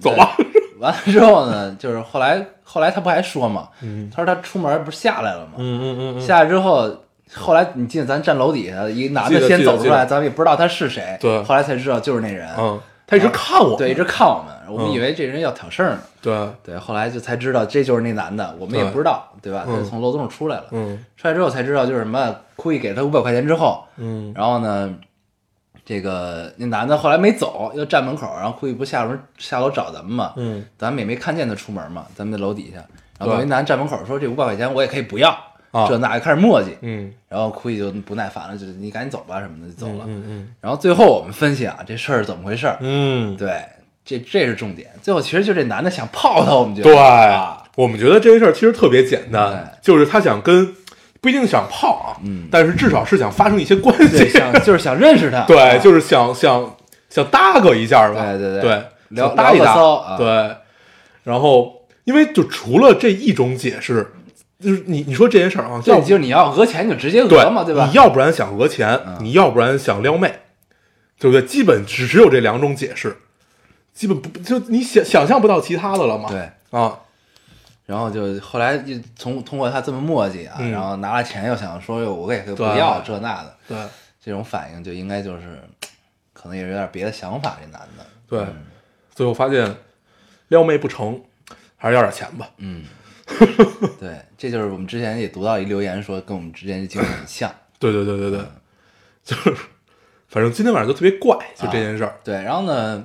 A: 走吧
B: 对。完了之后呢，就是后来后来他不还说嘛，他说他出门不是下来了嘛，
A: 嗯嗯嗯
B: 下来之后，后来你记得咱站楼底下，一男
A: 记
B: 的
A: 得
B: 先
A: 记得
B: 走出
A: 记得
B: 来，咱们也不知道他是谁，
A: 对
B: 后来才知道就是那人，
A: 嗯，他一直看我，
B: 啊对，一直看我们，我们
A: 嗯
B: 以为这人要挑事儿呢，
A: 对，
B: 对，后来就才知道这就是那男的，我们也
A: 对
B: 不知道，对吧？他
A: 嗯
B: 就从楼洞出来了，
A: 嗯
B: 出来之后才知道就是什么，故意给他五百块钱之后，
A: 嗯
B: 然后呢，这个那男的后来没走，又站门口，然后故意不下楼下楼找咱们嘛，
A: 嗯
B: 咱们也没看见他出门嘛，咱们在楼底下，然后
A: 对
B: 有一男站门口说这五百块钱我也可以不要，
A: 啊
B: 这那就开始磨叽，
A: 嗯
B: 然后故意就不耐烦了，就是你赶紧走吧什么的就走了。
A: 嗯
B: 然后最后我们分析啊，这事儿是怎么回事儿？
A: 嗯，
B: 对，这这是重点。最后其实就这男的想泡他，我们觉得
A: 对
B: 啊，，
A: 我们觉得这件事儿其实特别简单
B: 对，
A: 就是他想跟不一定想泡啊，
B: 嗯
A: 但是至少是想发生一些关系
B: 对，，想就是想认识他， 啊
A: 对，就是是想想想搭个一下吧，
B: 对对
A: 对
B: 对聊
A: 想搭一
B: 聊个
A: 搭
B: 骚啊，
A: 对，然后因为就除了这一种解释，就是你你说这件事儿啊，
B: 对，
A: 要
B: 就是你要讹钱你就直接
A: 对
B: 讹嘛，对吧嗯
A: 你？要不然想讹钱，你要不然想撩妹，对不对？基本只只有这两种解释，基本不就你想想象不到其他的了嘛？
B: 对。
A: 啊，
B: 然后就后来就从通过他这么磨叽啊，
A: 嗯
B: 然后拿了钱又想说哎我也可以不
A: 对啊
B: 要这那的，
A: 对
B: 这种反应就应该就是，可能也有点别的想法。这男的，
A: 对，最后发现撩妹不成，还是要点钱吧。
B: 嗯，对，这就是我们之前也读到一留言说跟我们之间的经历很像。
A: 对对对对对，
B: 嗯
A: 就是反正今天晚上就特别怪，就这件事儿。
B: 对，然后呢，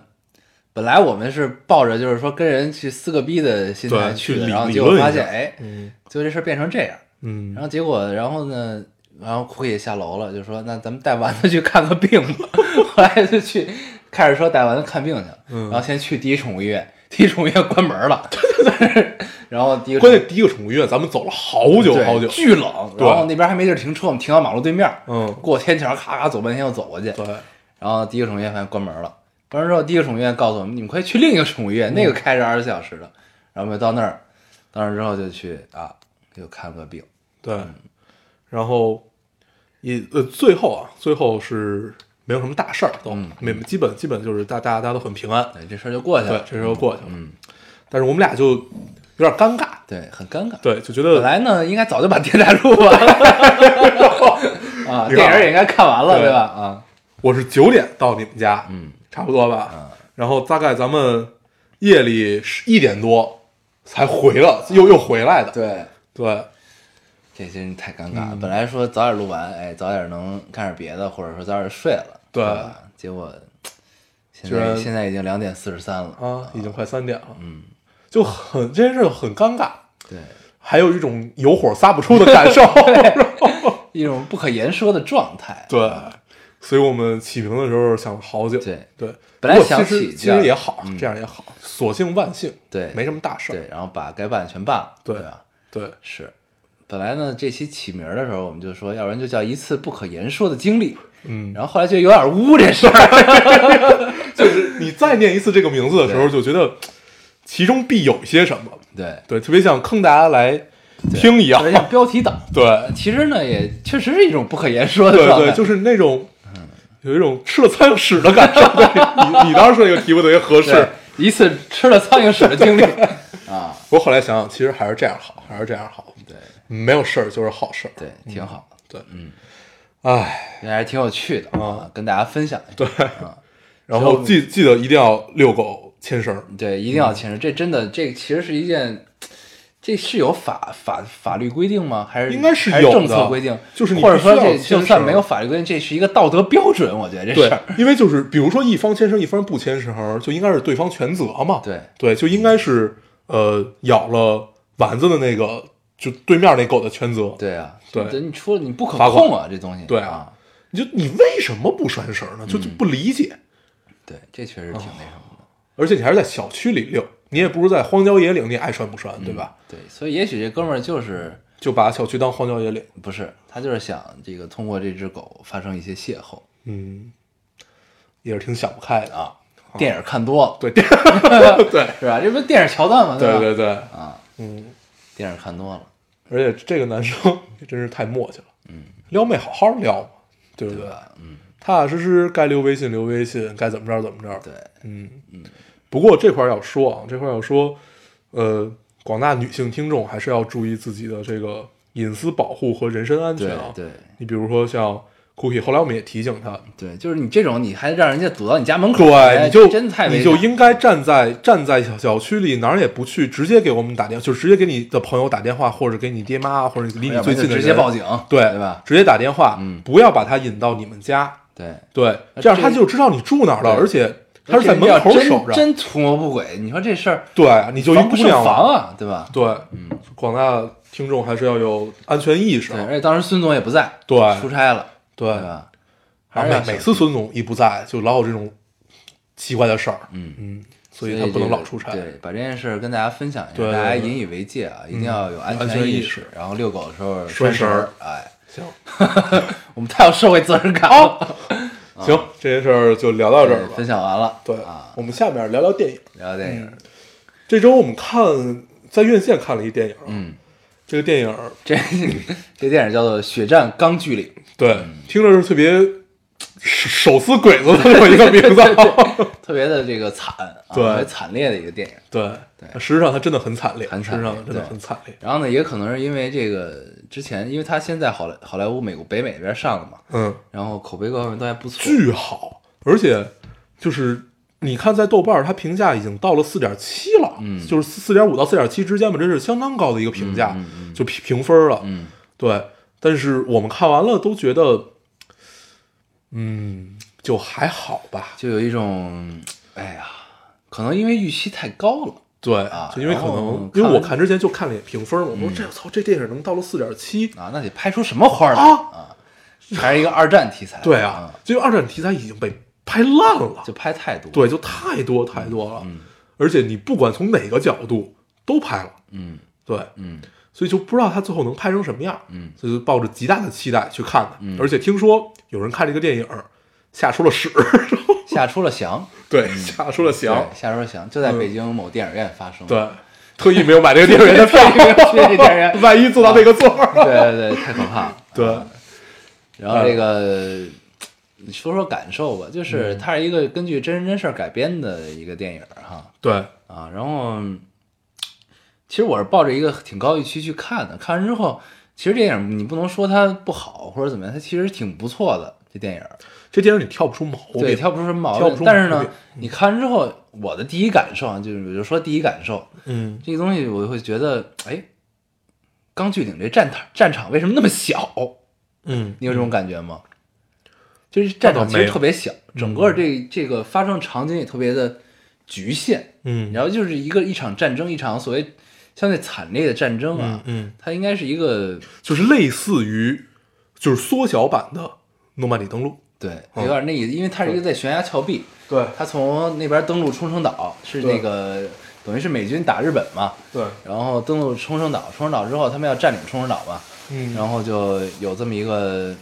B: 本来我们是抱着就是说跟人去撕个逼的心态
A: 对
B: 的
A: 去理
B: 然后
A: 理
B: 结果
A: 论一
B: 发
A: 下
B: 现哎，
A: 嗯
B: 最后这事儿变成这样，
A: 嗯
B: 然后结果，然后呢，然后库也下楼了，就说那咱们带丸子去看个病吧。 后来就去开始说带丸子看病去了，
A: 嗯
B: 然后先去第一宠物医院，第一宠物医院关门了， 然后第一个
A: 关键第一个宠物医院，咱们走了好久
B: 对
A: 好久。
B: 巨冷，
A: 对
B: 然后那边还没地儿停车，我们停到马路对面，
A: 嗯
B: 过天桥咔咔走半天又走过去，
A: 对，
B: 然后第一个宠物医院发现关门了，关门之后第一个宠物医院告诉我们，你们快去另一个宠物医院，那
A: 嗯
B: 个开着二十四小时的，然后我们就到那儿，到那儿之后就去啊，又看个病，
A: 对，然后也呃，最后啊，最后是没有什么大事儿，都
B: 嗯
A: 没基本基本就是大大家大家都很平安，
B: 哎对，这事儿就过去
A: 对
B: 了，，
A: 这事儿就过去了。
B: 嗯。
A: 但是我们俩就有点尴尬，
B: 对，很尴尬。
A: 对，就觉
B: 本
A: 得
B: 来呢，应该早就把电台录完了 啊，
A: 你看啊
B: 电影也应该看完了，
A: 对
B: 对吧？啊，
A: 我是九点到你们家，
B: 嗯，
A: 差不多吧，然后大概咱们夜里十一点多才回了，又又回来的，
B: 对，
A: 对
B: 这真是太尴尬了。本来说早点录完，哎，早点能干点别的，或者说早点睡了，
A: 对
B: 吧？结果现
A: 居
B: 在
A: 然
B: 现在已经两点四十三了，
A: 啊，已经快三点了，
B: 嗯，
A: 就很这件事很尴尬，
B: 对，
A: 还有一种有火撒不出的 感受。
B: 一种不可言说的状态。
A: 对，所以我们起名的时候想了好久。
B: 对
A: 对，
B: 本来
A: 不过
B: 想
A: 其实
B: 起
A: 其
B: 这样
A: 实也好
B: 嗯，
A: 这样也好，索性万幸，
B: 对
A: 没什么大事儿。
B: 对，然后把该办的全办了，
A: 对
B: 对吧？
A: 对
B: 是，本来呢，这期起名儿的时候，我们就说，要不然就叫一次不可言说的经历。
A: 嗯，
B: 然后后来觉得有点污这事儿，
A: 就是你再念一次这个名字的时候，就觉得其中必有一些什么，
B: 对，
A: 对，特别像坑大家来听一样
B: 特，别像标题党。
A: 对，
B: 其实呢，也确实是一种不可言说的
A: 对
B: 状态，
A: 对，就是那种
B: 嗯
A: 有一种吃了苍蝇屎 的感受。对你你当时说这个题目特别合
B: 对
A: 适，
B: 一次吃了苍蝇屎的经 历啊，
A: 我后来想想，其实还是这样好，还是这样好，
B: 对
A: 没有事儿就是好事儿。
B: 对，挺好的，
A: 对，
B: 嗯，
A: 唉，
B: 这还是挺有趣的啊，跟大家分享一下。
A: 嗯对，
B: 啊，
A: 然后记记得一定要遛狗牵绳儿，
B: 对，一定要牵绳，这真的，这其实是一件，这是有法法法律规定吗？还是
A: 应该是
B: 还
A: 有的
B: 政策规定？
A: 就是你
B: 或者
A: 必须
B: 说
A: 要
B: 这
A: 牵
B: 就算
A: 绳
B: 没有法律规定，这是一个道德标准，我觉得这
A: 对
B: 事儿。，
A: 因为就是比如说一方牵绳，一方不牵绳，就应该是对方全责嘛。
B: 对
A: 对，就应该是呃咬了丸子的那个，就对面那狗的全责。，
B: 对啊，
A: 对
B: 这你出了你不可
A: 罚款
B: 控啊，这东西。
A: 对
B: 啊
A: 啊，嗯你就你为什么不拴绳呢？就就不理解，
B: 对，这确实挺那什么的，
A: 而且你还是在小区里遛，你也不是在荒郊野岭，你爱拴不拴，对吧？
B: 对，所以也许这哥们儿就是
A: 就把小区当荒郊野岭。
B: 不是他就是想这个通过这只狗发生一些邂逅
A: 嗯，也是挺想不开的啊。
B: 啊，电影看多了
A: 对，对对
B: 是吧？这不是电影桥段吗？吧？
A: 对对，
B: 啊，
A: 嗯，
B: 电影看多了，
A: 而且这个男生 也真是太磨叽了。嗯，撩妹好好撩嘛，对不对？
B: 嗯，
A: 踏踏实实该留微信留微信，该怎么着怎么着。
B: 对，
A: 嗯嗯。不过这块儿要说啊，这块儿要说，呃，广大女性听众还是要注意自己的这个隐私保护和人身安全
B: 对
A: 啊。
B: 对
A: 你比如说像 Cookie，后来我们也提醒他，
B: 对，就是你这种，你还让人家堵到你家门口，
A: 对，
B: 哎
A: 你就
B: 真太危
A: 你
B: 险
A: 就应该站在站在小小区里，哪儿也不去，直接给我们打电话，就直接给你的朋友打电话，或者给你爹妈，或者离你
B: 哎要不
A: 最
B: 然就
A: 近的人
B: 直接报警，
A: 对
B: 对吧？
A: 直接打电话，
B: 嗯
A: 不要把他引到你们家，
B: 对，
A: 对，
B: 那
A: 这样
B: 这
A: 他就知道你住哪儿了，
B: 对
A: 而且他是在门口
B: 这人要
A: 守着，
B: 真真图谋不轨，你说这事儿
A: 对，你就一
B: 防不
A: 姑
B: 胜
A: 娘
B: 防
A: 了，
B: 啊，嗯对吧？
A: 对，广大听众还是要有安全意识啊，
B: 对，而且当时孙总也不在，
A: 对
B: 出差了，
A: 对
B: 对吧？还
A: 然后
B: 是要
A: 每每次孙总一不在，就老有这种奇怪的事儿，
B: 嗯
A: 嗯，所
B: 所
A: 以他不能
B: 这
A: 老
B: 个
A: 出差，
B: 对，把这件事儿跟大家分享一下，
A: 对
B: 大家
A: 对对嗯
B: 引以为戒啊，一定要有安
A: 安全
B: 意
A: 意
B: 识
A: 识，
B: 然后遛狗的时候绳
A: 拴绳儿
B: 儿，哎，
A: 行。
B: 我们太有社会责任感了。
A: 行，这件事儿就聊到这儿
B: 啊对
A: 吧。
B: 分享完了，
A: 对嗯
B: 啊，
A: 我们下面聊聊电影。
B: 聊电影，
A: 这周我们看在院线看了一电影，
B: 嗯，
A: 这个电影儿
B: 这这电影叫做《血战钢锯岭
A: 对
B: 嗯
A: 听着是特别手手撕鬼子的这么一个名字。》，
B: 特别的这个惨，啊，
A: 对
B: 特别惨烈的一个电影。
A: 对，实际上它真的很惨烈，
B: 很
A: 实
B: 惨
A: 际
B: 烈
A: 上它真的
B: 对
A: 很惨烈。
B: 然后呢，也可能是因为这个之前，因为它先在好莱好莱坞美国北美那边上了嘛，
A: 嗯，
B: 然后口碑各方面都还不错。
A: 巨好，而且就是你看在豆瓣儿它评价已经到了四点七了，
B: 嗯
A: 就是四点五到四点七之间吧，这是相当高的一个评价，
B: 嗯嗯
A: 就评评分儿了。
B: 嗯，
A: 对，但是我们看完了都觉得，嗯，就还好吧。
B: 就有一种，哎呀，可能因为预期太高了。
A: 对
B: 啊
A: 就因为
B: 然
A: 可
B: 后看
A: 能
B: 嗯
A: 因为我
B: 完
A: 看之前就看了眼评分嘛，我说这操，这电影能到了四点七，
B: 啊，那得拍出什么花儿来啊
A: 啊
B: 还是一个二战题材，
A: 对啊，就因为二战题材已经被拍烂了
B: 嗯，就拍太多，
A: 对，就太多太多了，
B: 嗯
A: 而且你不管从哪个角度都拍了，
B: 嗯
A: 对，
B: 嗯
A: 所以就不知道它最后能拍成什么样，
B: 嗯，
A: 所以就抱着极大的期待去看的，
B: 嗯
A: 而且听说有人看这个电影吓出了屎，
B: 吓出了翔，
A: 对，吓
B: 嗯
A: 出了翔，
B: 对吓出了翔，就在北京某电影院发生，
A: 嗯对，特意没有 买这个电影院的票
B: 去那电影院啊
A: 万一坐到那个座儿。
B: 对对对，太可怕了。
A: 对，
B: 然
A: 嗯
B: 后这个你说说感受吧，
A: 嗯
B: 就是它是一个根据真人真事儿改编的一个电影儿哈
A: 对，
B: 啊，然后其实我是抱着一个挺高预期去看的，看完之后，其实电影儿你不能说它不好或者怎么样，它其实挺不错的。这电影儿
A: 这电影你挑不出毛病，
B: 对挑不出什么毛
A: 挑
B: 病
A: 不，出
B: 但是
A: 毛
B: 呢
A: 病，
B: 你看完之后，我的第一感受啊，就是我就说第一感受，
A: 嗯，
B: 这个东西我会觉得，哎，钢锯岭这战场战场为什么那么小？
A: 嗯
B: 你有这种感觉吗？就是战场其实特别小，
A: 嗯
B: 整个这这个发生场景也特别的局限，
A: 嗯，
B: 然后就是一个一场战争，一场所谓相对惨烈的战争啊
A: 嗯，嗯，
B: 它应该是一个
A: 就是类似于就是缩小版的《诺曼底登陆》。
B: 对
A: 嗯
B: 有点那意思，因为它是一个在悬崖峭壁，
A: 对
B: 它从那边登陆冲绳岛是那个等于是美军打日本嘛，
A: 对，
B: 然后登陆冲绳岛，冲绳岛之后他们要占领冲绳岛嘛，
A: 嗯
B: 然后就有这么一个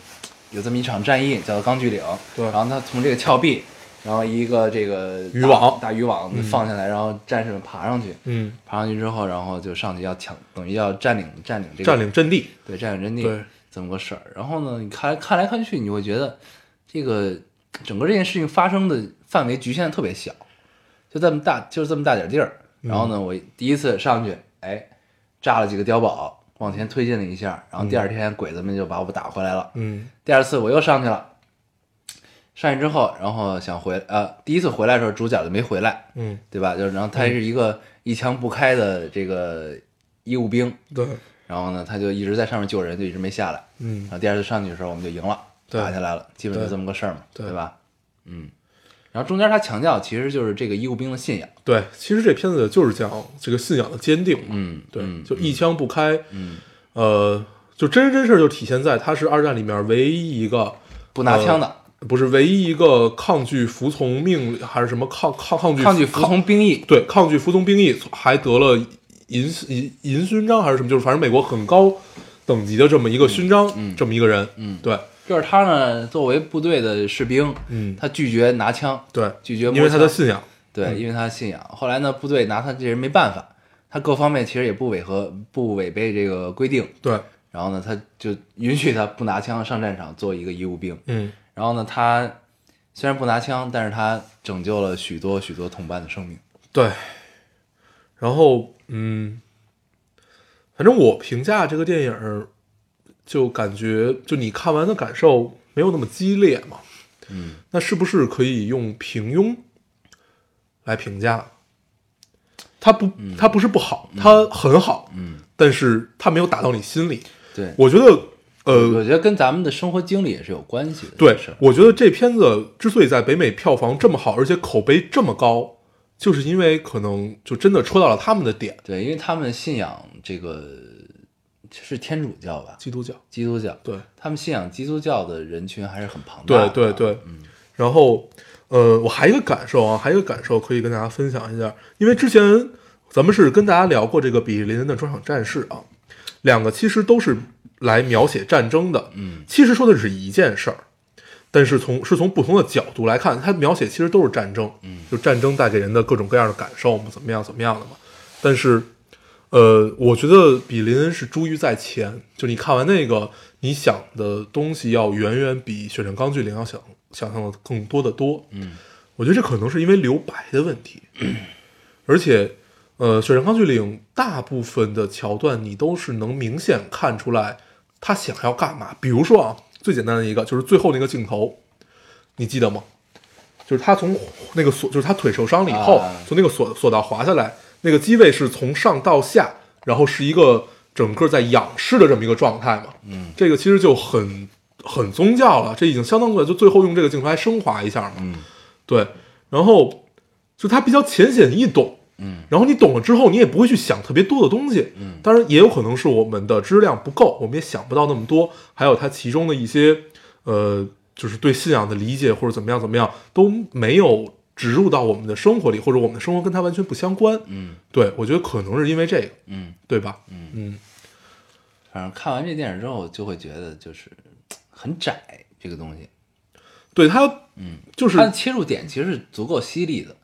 B: 有这么一场战役叫做钢锯岭，
A: 对
B: 然后他从这个峭壁，然后一个这个
A: 渔
B: 大
A: 网
B: 大渔网放下来，然后战士们爬上去，
A: 嗯，
B: 爬上去之后，然后就上去要抢，等于要占领占领这个
A: 占领阵地，
B: 对占领阵地，
A: 对
B: 这么个事儿。然后呢，你看看来看去，你会觉得这个整个这件事情发生的范围局限得特别小，就这么大，就是这么大点地儿。然后呢，我第一次上去，哎，炸了几个碉堡，往前推进了一下，然后第二天鬼子们就把我打回来了。
A: 嗯
B: 第二次我又上去了，上去之后，然后想回呃，第一次回来的时候主角就没回来，
A: 嗯，
B: 对吧？就是然后他是一个一枪不开的这个医务兵，
A: 对，
B: 然后呢，他就一直在上面救人，就一直没下来。
A: 嗯
B: 然后第二次上去的时候，我们就赢了，
A: 对
B: 打下来了，基本就这么个事儿嘛，
A: 对
B: 对吧？嗯。然后中间他强调，其实就是这个医务兵的信仰，
A: 对，其实这片子就是讲这个信仰的坚定嘛，
B: 嗯
A: 对，
B: 嗯
A: 就一枪不开，
B: 嗯，
A: 呃，就真人真事儿就体现在他是二战里面唯一一个
B: 不拿枪的，
A: 不是唯一一个抗拒服从命令还是什么抗抗抗拒
B: 抗拒服从兵役，
A: 对抗拒服从兵役，还得了银银银勋章还是什么，就是反正美国很高等级的这么一个勋章，这么一个人，嗯，对
B: 就是他呢作为部队的士兵，
A: 嗯
B: 他拒绝拿枪，
A: 对，
B: 拒绝摸
A: 因为他的
B: 枪
A: 信仰，嗯
B: 对，因为他的信仰。后来呢，部队拿他这人没办法，他各方面其实也不违和，不违背这个规定，
A: 对，
B: 然后呢，他就允许他不拿枪上战场做一个医务兵，
A: 嗯，
B: 然后呢，他虽然不拿枪，但是他拯救了许多许多同伴的生命。
A: 对，然后嗯，反正我评价这个电影儿，就感觉就你看完的感受没有那么激烈嘛，嗯，那是不是可以用平庸来评价？它不，它不是不好，它很好，嗯，但是它没有打到你心里。
B: 对，
A: 我觉得，呃，
B: 我觉得跟咱们的生活经历也是有关系的。
A: 对
B: 是，
A: 我觉得这片子之所以在北美票房这么好，而且口碑这么高，就是因为可能就真的戳到了他们的点。
B: 对，因为他们信仰这个是天主教吧，
A: 基督教，
B: 基督教，
A: 对
B: 他们信仰基督教的人群还是很庞大
A: 对
B: 的。啊
A: 对，对，然后，呃，我还有一个感受啊，还有一个感受可以跟大家分享一下，因为之前咱们是跟大家聊过这个比利林恩的专场战事啊，两个其实都是来描写战争的，嗯，其实说的是一件事儿，但是从是从不同的角度来看，它描写其实都是战争，嗯，就战争带给人的各种各样的感受嘛，怎么样怎么样的嘛。但是，呃，我觉得比林恩是珠玉在前，就你看完那个，你想的东西要远远比《血战钢锯岭》要想想象的更多的多，嗯，我觉得这可能是因为留白的问题，而且，呃，《血战钢锯岭》大部分的桥段你都是能明显看出来他想要干嘛。比如说啊，最简单的一个就是最后那个镜头，你记得吗？就是他从那个锁，就是他腿受伤了以后，
B: 啊
A: 从那个索索道滑下来，那个机位是从上到下，然后是一个整个在仰视的这么一个状态嘛。嗯，这个其实就很很宗教了，这已经相当过来，就最后用这个镜头来升华一下嘛。嗯，对，然后就它比较浅显易懂，嗯，然后你懂了之后，你也不会去想特别多的东西，嗯，当然也有可能是我们的知识量不够，我们也想不到那么多，还有它其中的一些呃，就是对信仰的理解或者怎么样怎么样都没有植入到我们的生活里，或者我们的生活跟它完全不相关，嗯，对我觉得可能是因为这个，
B: 嗯，
A: 对吧？嗯嗯，
B: 反正看完这电影之后，就会觉得就是很窄这个东西，
A: 对它，嗯，就是
B: 它的切入点其实是足够犀利的。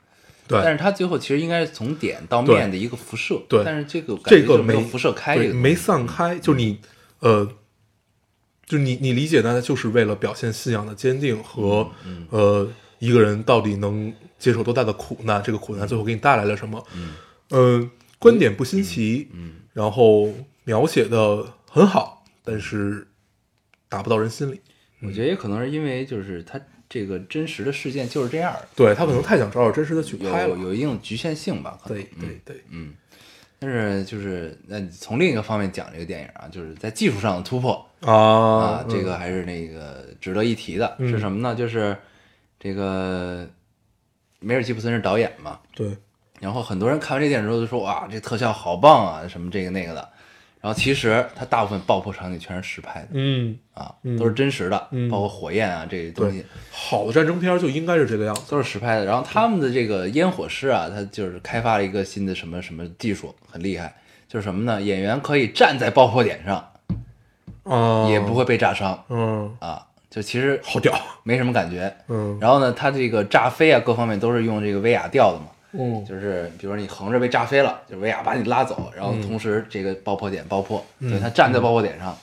B: 但
A: 对
B: 是它最后其实应该是从点到
A: 对
B: 面的一个辐射，
A: 对
B: 但是这个感
A: 这
B: 觉
A: 个
B: 就没有
A: 没
B: 辐射开这
A: 对
B: 个
A: 没
B: 东西
A: 散开，就是你呃，就你你理解呢，就是为了表现信仰的坚定和
B: 嗯
A: 呃一个人到底能接受多大的苦难，这个苦难最后给你带来了什么？嗯，观点不新奇，嗯，然后描写的很好，但是打不到人心里。
B: 我觉得也可能是因为就是它这个真实的事件就是这样儿
A: 对他可能太想找找真实的去拍
B: 的，有
A: 了，
B: 有一定局限性吧，可能
A: 对对对，
B: 嗯。但是就是那你从另一个方面讲这个电影啊，就是在技术上的突破
A: 啊
B: 啊，，这个还是那个值得一提的，
A: 嗯
B: 是什么呢？就是这个梅尔吉布森是导演嘛，
A: 对
B: 然后很多人看完这电影之后就说哇，这特效好棒啊，什么这个那个的。然后其实它大部分爆破场景全是实拍的，
A: 嗯，
B: 啊，都是真实的，
A: 嗯
B: 包括火焰啊这些东
A: 对
B: 西，
A: 好的战争片儿就应该是这个样子。
B: 都是实拍的。然后他们的这个烟火师啊，他就是开发了一个新的什么什么技术，很厉害，就是什么呢？演员可以站在爆破点上，
A: 啊，
B: 也不，会被炸伤
A: 嗯，
B: 啊，就其实
A: 好屌，
B: 没什么感觉。
A: 嗯
B: 然后呢，它这个炸飞啊，各方面都是用这个威亚吊的嘛，
A: 嗯，
B: 就是比如说你横着被炸飞了，就威亚把你拉走，然后
A: 嗯
B: 同时这个爆破点爆破，对，他站在爆破点上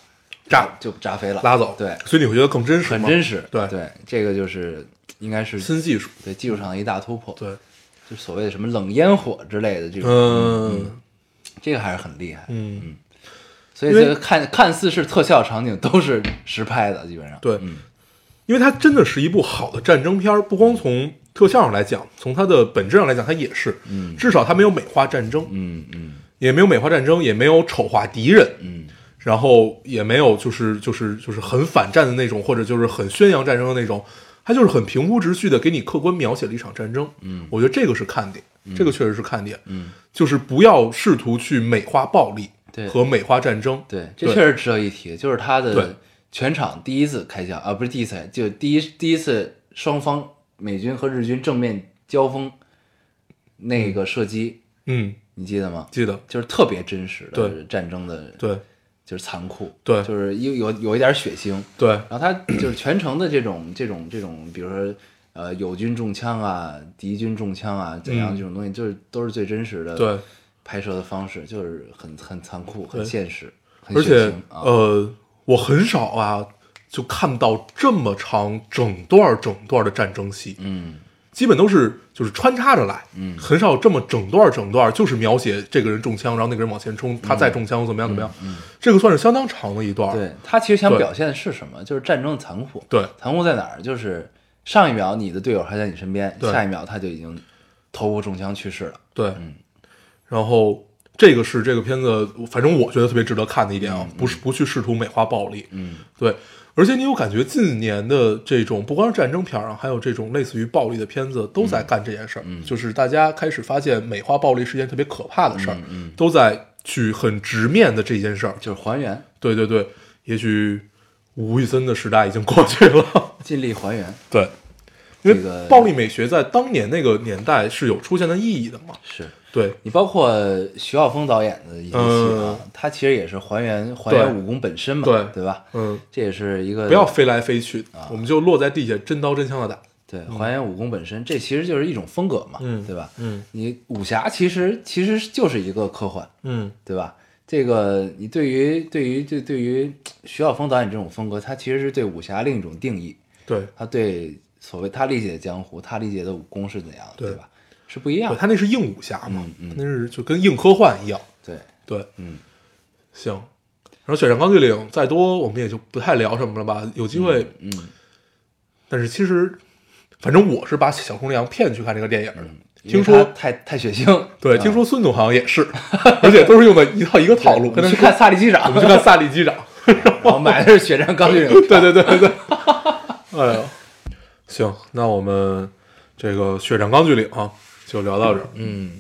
A: 炸
B: 就炸飞了，
A: 拉走，
B: 对，
A: 所以你会觉得更真实，
B: 很真实，
A: 对，
B: 对，这个就是应该是
A: 新技术，
B: 对技术上的一大突破，，
A: 对，
B: 就所谓的什么冷烟火之类的这种，
A: 嗯
B: 这个还是很厉害，
A: 嗯，
B: 所以
A: 因为
B: 这个看看似是特效场景，都是实拍的，基本上，
A: 对
B: 嗯，
A: 因为它真的是一部好的战争片儿，不光从特效上来讲，从它的本质上来讲，它也是，
B: 嗯
A: 至少它没有美化战争，
B: 嗯嗯
A: 也没有美化战争，也没有丑化敌人，
B: 嗯，
A: 然后也没有就是就是就是很反战的那种，或者就是很宣扬战争的那种，他就是很平铺直叙的给你客观描写了一场战争。嗯，我觉得这个是看点，这个确实是看点。嗯，就是不要试图去美化暴力
B: 对
A: 和美化战争。
B: 对，这确实值得一提，就是他
A: 对
B: 的全场第一次开枪啊，不是第一次，就第一第一次双方美军和日军正面交锋那个射击，
A: 嗯，
B: 你记得吗？
A: 记得
B: 就是特别真实的
A: 对
B: 战争的，
A: 对
B: 就是残酷，
A: 对
B: 就是有有有一点血腥，
A: 对
B: 然后他就是全程的这种这种这种，比如说呃友军中枪啊，敌军中枪啊，怎样
A: 嗯
B: 这种东西，就是都是最真实的
A: 对，
B: 拍摄的方式，就是很很残酷，
A: 对
B: 很现实，很
A: 而且
B: 血腥啊，
A: 呃，我很少啊就看到这么长整段整段的战争戏。
B: 嗯。
A: 基本都是就是穿插着来，嗯，很少这么整段整段就是描写这个人中枪，然后那个人往前冲，他再中枪怎么样怎么样，这个算是相当长的一段，
B: 嗯对他其实想
A: 对
B: 表现的是什么？就是战争的残酷。
A: 对
B: 残酷在哪儿？就是上一秒你的队友还在你身边，
A: 对
B: 下一秒他就已经头部中枪去世了。
A: 对，然后这个是这个片子，反正我觉得特别值得看的一点啊，不是不去试图美化暴力，
B: 嗯，
A: 对，而且你有感觉近年的这种不光是战争片儿啊，还有这种类似于暴力的片子都在干这件事儿，就是大家开始发现美化暴力是一件特别可怕的事儿，都在去很直面的这件事儿，
B: 就是还原，
A: 对对对，也许吴宇森的时代已经过去了。
B: 尽力还原。
A: 对，因
B: 这个
A: 为暴力美学在当年那个年代是有出现的意义的嘛。
B: 是
A: 对，
B: 你包括徐浩峰导演的一些戏啊，
A: 嗯
B: 他其实也是还原还原武功本身嘛，
A: 对
B: 对吧？
A: 嗯，
B: 这也是一个
A: 不要飞来飞去，
B: 啊
A: 我们就落在地下真刀真枪的打。
B: 对还原武功本身，这其实就是一种风格嘛，
A: 嗯
B: 对吧？
A: 嗯
B: 你武侠其实其实就是一个科幻，
A: 嗯
B: 对吧？这个你对于对于对对于徐晓峰导演这种风格，他其实是对武侠另一种定义，
A: 对，
B: 他对所谓他理解的江湖，他理解的武功是怎样的，
A: 对
B: 对吧？是不一样
A: 对
B: 的。
A: 他那是硬武侠
B: 嗯，
A: 嘛
B: 啊嗯
A: 他那是就跟硬科幻一样。
B: 对，
A: 对，
B: 嗯，
A: 行。然后《血战钢锯岭》再多，我们也就不太聊什么了吧？有机会，
B: 嗯，
A: 但是其实，反正我是把小红娘骗去看这个电影的。
B: 嗯因为
A: 听说
B: 他太太血腥，
A: 对，
B: 嗯
A: 听说孙总好像也是， 而且都是用的一套一个套路。
B: 我
A: 跟他
B: 们去
A: 说
B: 看《萨利机长
A: 我们去》，看萨 利机长。
B: 我买的是《血战钢锯岭》。
A: 对对对对对。哎呦，行，那我们这个《血战钢锯岭》啊，就聊到这儿。
B: 嗯，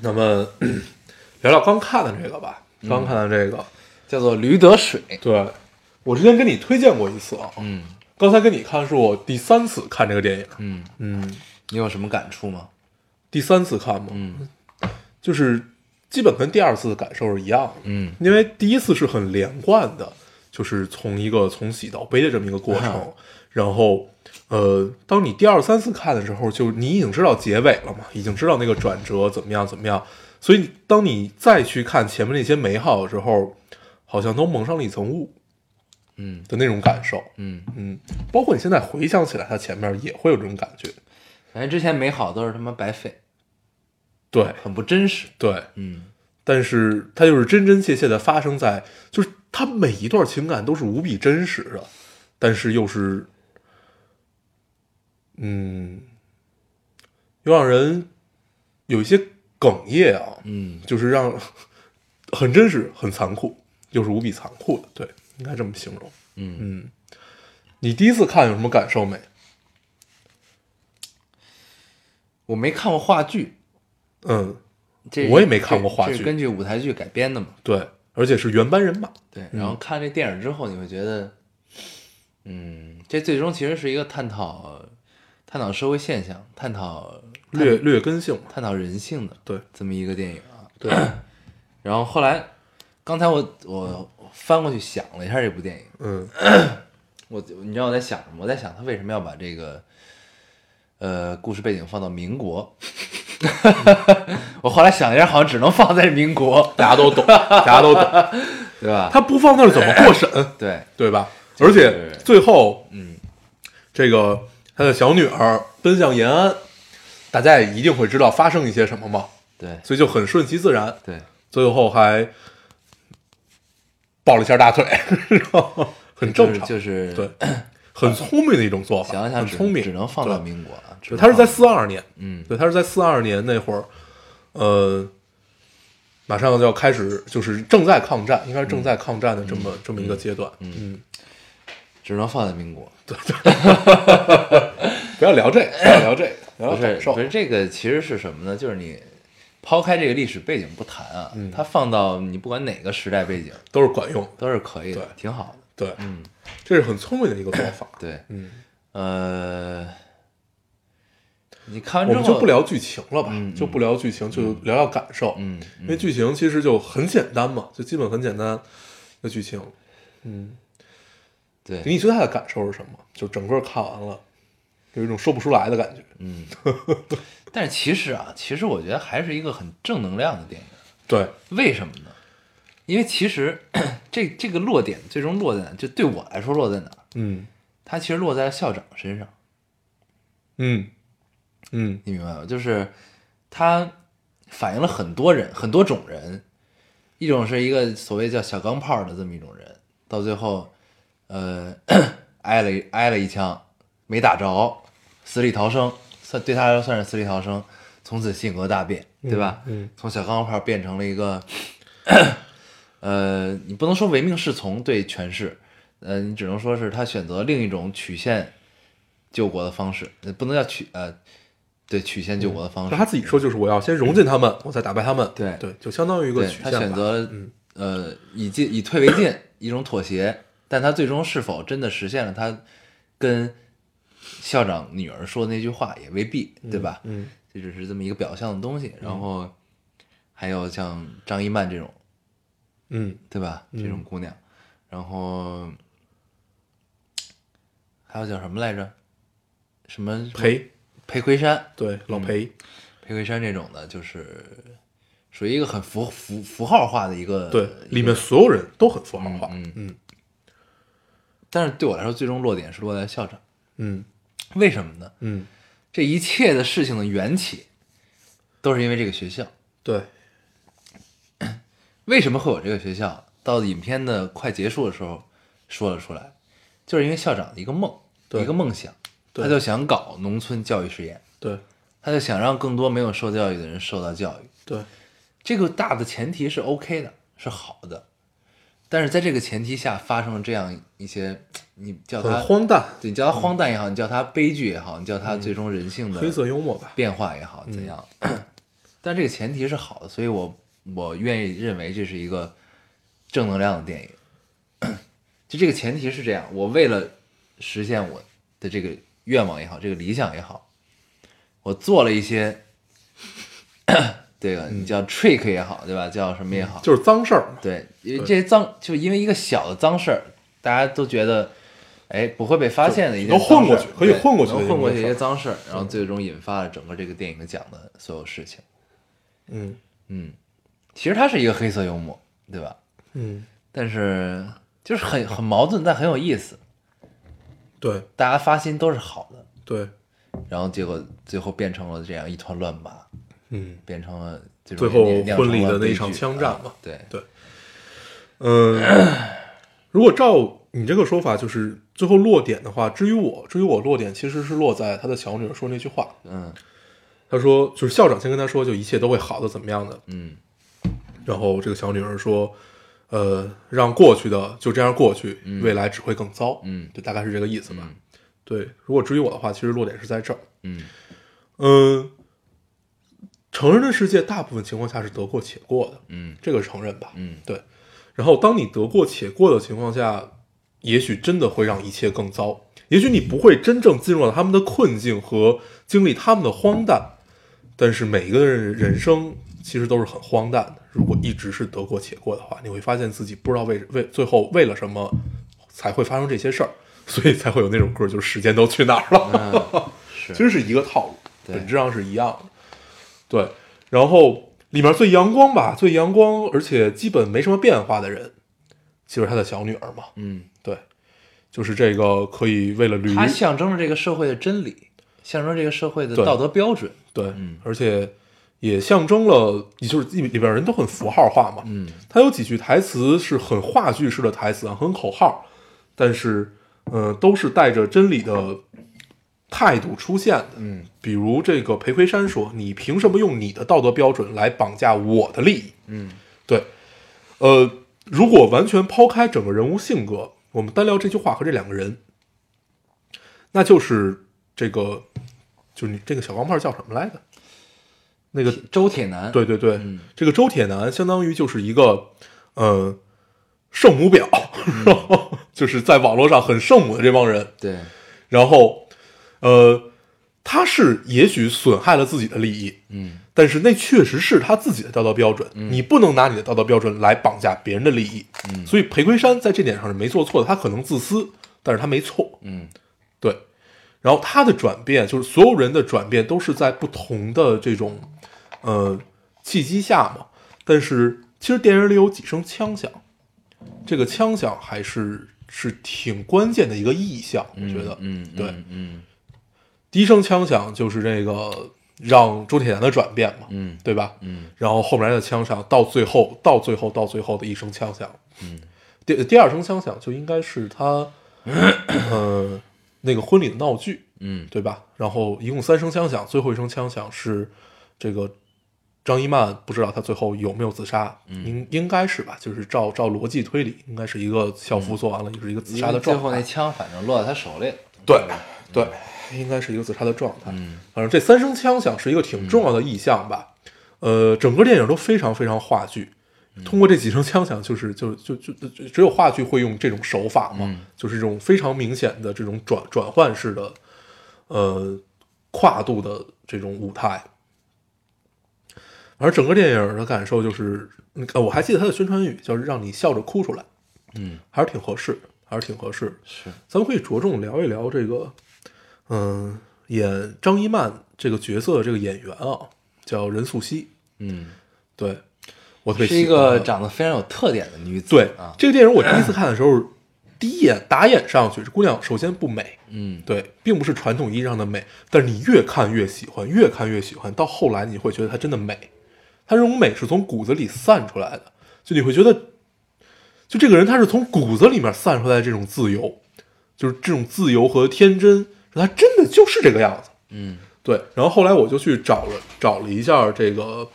A: 那么 聊聊刚看的这个吧，刚看的这个，
B: 叫做《驴得水》。
A: 嗯对我之前跟你推荐过一次啊，
B: 嗯
A: 刚才跟你看是我第三次看这个电影，
B: 嗯，
A: 嗯，
B: 你有什么感触吗？
A: 第三次看嘛，
B: 嗯
A: 就是基本跟第二次的感受是一样的，
B: 嗯
A: 因为第一次是很连贯的，就是从一个从喜到悲的这么一个过程，
B: 啊
A: 然后呃，当你第二三次看的时候，就你已经知道结尾了嘛，已经知道那个转折怎么样怎么样，所以当你再去看前面那些美好的时候，好像都蒙上了一层雾
B: 嗯
A: 的那种感受，
B: 嗯，
A: 嗯，包括你现在回想起来，它前面也会有这种感觉，
B: 反正哎之前美好都是他妈白费，
A: 对
B: 很不真实。
A: 对，
B: 嗯
A: 但是它就是真真切切的发生在，就是它每一段情感都是无比真实的，但是又是，嗯，又让人有一些哽咽啊，
B: 嗯，
A: 就是让 很真实、很残酷，又是无比残酷的，对，应该这么形容。
B: 嗯
A: 嗯，你第一次看有什么感受没？
B: 我没看过话剧，
A: 嗯，
B: 这
A: 我也没看过话剧
B: 这是根据舞台剧改编的嘛。
A: 对，而且是原班人马。
B: 对，然后看这电影之后，你会觉得，嗯，这最终其实是一个探讨探讨社会现象、探讨
A: 劣
B: 嗯
A: 劣根性嘛，
B: 探讨人性的
A: 对
B: 这么一个电影啊。
A: 对，
B: 然后后来，刚才我我翻过去想了一下这部电影，
A: 嗯
B: 我你知道我在想什么？我在想他为什么要把这个呃故事背景放到民国。 我后来想了一下，好像只能放在民国，
A: 嗯大家都懂，大 家都懂。
B: 对吧？
A: 他不放那儿怎么过审，
B: 对
A: 对吧？
B: 就
A: 而
B: 是
A: 且最后，嗯，这个他的小女儿奔向延安，大家也一定会知道发生一些什么嘛，
B: 对
A: 所以就很顺其自然。
B: 对，
A: 最后还抱了一下大腿， 然后很正常，
B: 就是就是
A: 对，很聪明的一种做法，
B: 想了想
A: 很
B: 只，
A: 聪明，
B: 只能放到
A: 对
B: 民国啊。只能
A: 对，他是在
B: 放
A: 四二年，
B: 嗯
A: 对，他是在四二年那会儿，呃，马上就要开始，就是正在抗战，应该是正在抗战的这么、这么一个阶段。嗯，
B: 只能放在民国，
A: 不要聊这 个，不要聊这个，
B: 不
A: 聊聊
B: 是
A: 感受
B: 不。是这个其实是什么呢？就是你抛开这个历史背景不谈啊，
A: 嗯
B: 它放到你不管哪个时代背景
A: 都是管用的，
B: 都是可以的，
A: 对
B: 挺好的。。
A: 对，嗯，这是很聪明的一个做法
B: 对，
A: 嗯，
B: 呃，你看
A: 我
B: 完之
A: 们
B: 后
A: 就不，聊剧情了吧，
B: 嗯嗯
A: 就不聊剧情，就聊聊感受。
B: 嗯，
A: 因为剧情其实就很简单嘛，就基本很简单的剧情。嗯，
B: 对，
A: 你最大的感受是什么？就整个看完了，有一种说不出来的感觉。
B: 嗯。但是其实啊，其实我觉得还是一个很正能量的电影。
A: 对，
B: 为什么呢？因为其实 这这个落点最终落在哪？就对我来说落在哪？
A: 嗯
B: 它其实落在了校长身上。
A: 嗯嗯
B: 你明白吗？就是它反映了很多人，很多种人，一种是一个所谓叫小钢炮的这么一种人，到最后，呃，挨了一挨了一枪，没打着，死里逃生，算对他来说算是死里逃生，从此性格大变，对吧？
A: 嗯嗯
B: 从小钢炮变成了一个，呃，你不能说唯命是从对权势，呃，你只能说是他选择另一种曲线救国的方式，呃不能叫曲呃，对曲线救国的方式，
A: 那他自己说嗯就是我要先融进他们，我再打败他们。
B: 对
A: 对，就相当于一个
B: 对
A: 曲
B: 他
A: 线吧。
B: 选择了、
A: 嗯
B: 呃以进以退为进一种妥协，但他最终是否真的实现了他跟校长女儿说的那句话也未必，对吧？
A: 嗯
B: 这只是这么一个表象的东西。然后还有像张一曼这种，
A: 嗯
B: 对吧？这种姑娘，然后还有叫什么来着？什么
A: 裴
B: 裴魁山，
A: 对老裴
B: 裴魁山这种的，就是属于一个很符符符号化的一个
A: 对
B: 一
A: 里
B: 个
A: 面所有人都很符号化。
B: 嗯
A: 嗯
B: 但是对我来说，最终落点是落在校长。
A: 嗯
B: 为什么呢？
A: 嗯，
B: 这一切的事情的缘起，都是因为这个学校。
A: 对，
B: 为什么会有这个学校？到影片的快结束的时候说了出来，就是因为校长的一个梦，
A: 对
B: 一个梦想，
A: 对
B: 他就想搞农村教育实验，
A: 对
B: 他就想让更多没有受教育的人受到教育。
A: 对
B: 这个大的前提是 OK 的，是好的，但是在这个前提下发生了这样一些，你叫
A: 很
B: 它
A: 荒诞，
B: 对你叫它荒诞也好，你叫它悲剧也好，你叫它最终人性的
A: 黑色幽默吧。
B: 变化也好，怎样？但这个前提是好的，所以我我愿意认为这是一个正能量的电影。 就这个前提是这样，我为了实现我的这个愿望也好，这个理想也好，我做了一些 这个你叫 trick 也好，对吧？叫什么也好，
A: 就是脏事儿嘛，
B: 对，因为
A: 对
B: 这些脏，就因为一个小的脏事儿，大家都觉得，哎，不会被发现的一件
A: 能
B: 脏事儿
A: 混过去可以
B: 对
A: 混过去的
B: 能混过去
A: 一
B: 一
A: 件
B: 些
A: 事儿
B: 脏事儿，然后最终引发了整个这个电影讲的所有事情。
A: 嗯
B: 嗯，其实它是一个黑色幽默，对吧？
A: 嗯，
B: 但是就是很很矛盾，但很有意思，
A: 对
B: 大家发心都是好的，
A: 对，
B: 然后结果最后变成了这样一团乱麻，
A: 嗯
B: 变成了最
A: 最
B: 终
A: 后
B: 也酿成
A: 婚礼
B: 了
A: 的那
B: 悲
A: 一场
B: 剧
A: 枪战
B: 啊
A: 嘛
B: 对
A: 对，嗯，如果照你这个说法，就是最后落点的话，至于我，至于我落点其实是落在他的小女儿说那句话，
B: 嗯
A: 他说就是校长先跟他说，就一切都会好的，怎么样的。
B: 嗯
A: 然后这个小女儿说，呃，让过去的就这样过去，未来只会更糟。
B: 嗯
A: 对，大概是这个意思吧。
B: 嗯
A: 对，如果至于我的话，其实落点是在这儿。
B: 嗯
A: 嗯，成人的世界大部分情况下是得过且过的，
B: 嗯
A: 这个承认吧。
B: 嗯
A: 对。然后，当你得过且过的情况下，也许真的会让一切更糟。也许你不会真正进入到他们的困境和经历他们的荒诞，但是每个人人生其实都是很荒诞的。如果一直是得过且过的话，你会发现自己不知道为为最后为了什么才会发生这些事儿，所以才会有那首歌，就是时间都去哪儿了。
B: 嗯，是，
A: 其实是一个套路，
B: 对
A: 本质上是一样的。对，然后里面最阳光吧，最阳光，而且基本没什么变化的人，就是他的小女儿嘛。
B: 嗯，
A: 对，就是这个可以为了驴，
B: 它象征着这个社会的真理，象征这个社会的
A: 对
B: 道德标准。
A: 对，而且也象征了，也就是里里边人都很符号化嘛。嗯，他有几句台词是很话剧式的台词啊，很口号，但是，嗯、都是带着真理的态度出现的。
B: 嗯，
A: 比如这个裴魁山说：“你凭什么用你的道德标准来绑架我的利益？”
B: 嗯，
A: 对，呃，如果完全抛开整个人物性格，我们单聊这句话和这两个人，那就是这个，就是你这个小钢炮叫什么来着？那个
B: 周铁男，
A: 对对对，
B: 嗯
A: 这个周铁男相当于就是一个，呃，圣母婊，然
B: 嗯
A: 后 就是在网络上很圣母的这帮人，
B: 对，
A: 然后，呃，他是也许损害了自己的利益，
B: 嗯
A: 但是那确实是他自己的道德标准，你不能拿你的道德标准来绑架别人的利益。
B: 嗯
A: 所以裴魁山在这点上是没做错的，他可能自私，但是他没错。
B: 嗯，
A: 对，然后他的转变就是所有人的转变都是在不同的这种呃契机下嘛。但是其实电影里有几声枪响，这个枪响还是是挺关键的一个意象，我觉得，
B: 嗯，嗯
A: 对，
B: 嗯
A: 第一声枪响就是这个让周铁男的转变嘛，
B: 嗯
A: 对吧？
B: 嗯
A: 然后后面的枪响到最后，到最后，到最后的一声枪响，嗯，第第二声枪响就应该是他，呃，那个婚礼的闹剧，
B: 嗯
A: 对吧？然后一共三声枪响，最后一声枪响是这个张一曼不知道她最后有没有自杀，
B: 嗯
A: 应应该是吧？就是照照逻辑推理，应该是一个校服做完了，就是一个自
B: 嗯，
A: 杀的
B: 最
A: 状态。
B: 后那枪反正落到他手里了。
A: 对对，应该是一个自杀的状
B: 嗯
A: 态。反正这三声枪响是一个挺重要的意象吧。呃，整个电影都非常非常话剧。通过这几声枪响、就是，就就就就就只有话剧会用这种手法嘛，
B: 嗯
A: 就是这种非常明显的这种转转换式的，呃，跨度的这种舞台。而整个电影的感受就是，嗯呃，我还记得它的宣传语叫“让你笑着哭出来”，
B: 嗯，
A: 还是挺合适的，还是挺合适的。
B: 是，
A: 咱们可以着重聊一聊这个，嗯、演张一曼这个角色的这个演员啊，叫任素汐。
B: 嗯，
A: 对，我特别
B: 是一
A: 喜欢她
B: 个长得非常有特点的女子。
A: 对、
B: 啊，
A: 这个电影，我第一次看的时候，第一眼打眼上去，这姑娘首先不美，
B: 嗯，
A: 对，并不是传统意义上的美，但是你越看越喜欢，越看越喜欢，到后来你会觉得她真的美，她这种美是从骨子里散出来的，就你会觉得，就这个人他是从骨子里面散出来的这种自由，就是这种自由和天真，他真的就是这个样子。
B: 嗯，
A: 对，然后后来我就去找了找了一下这个，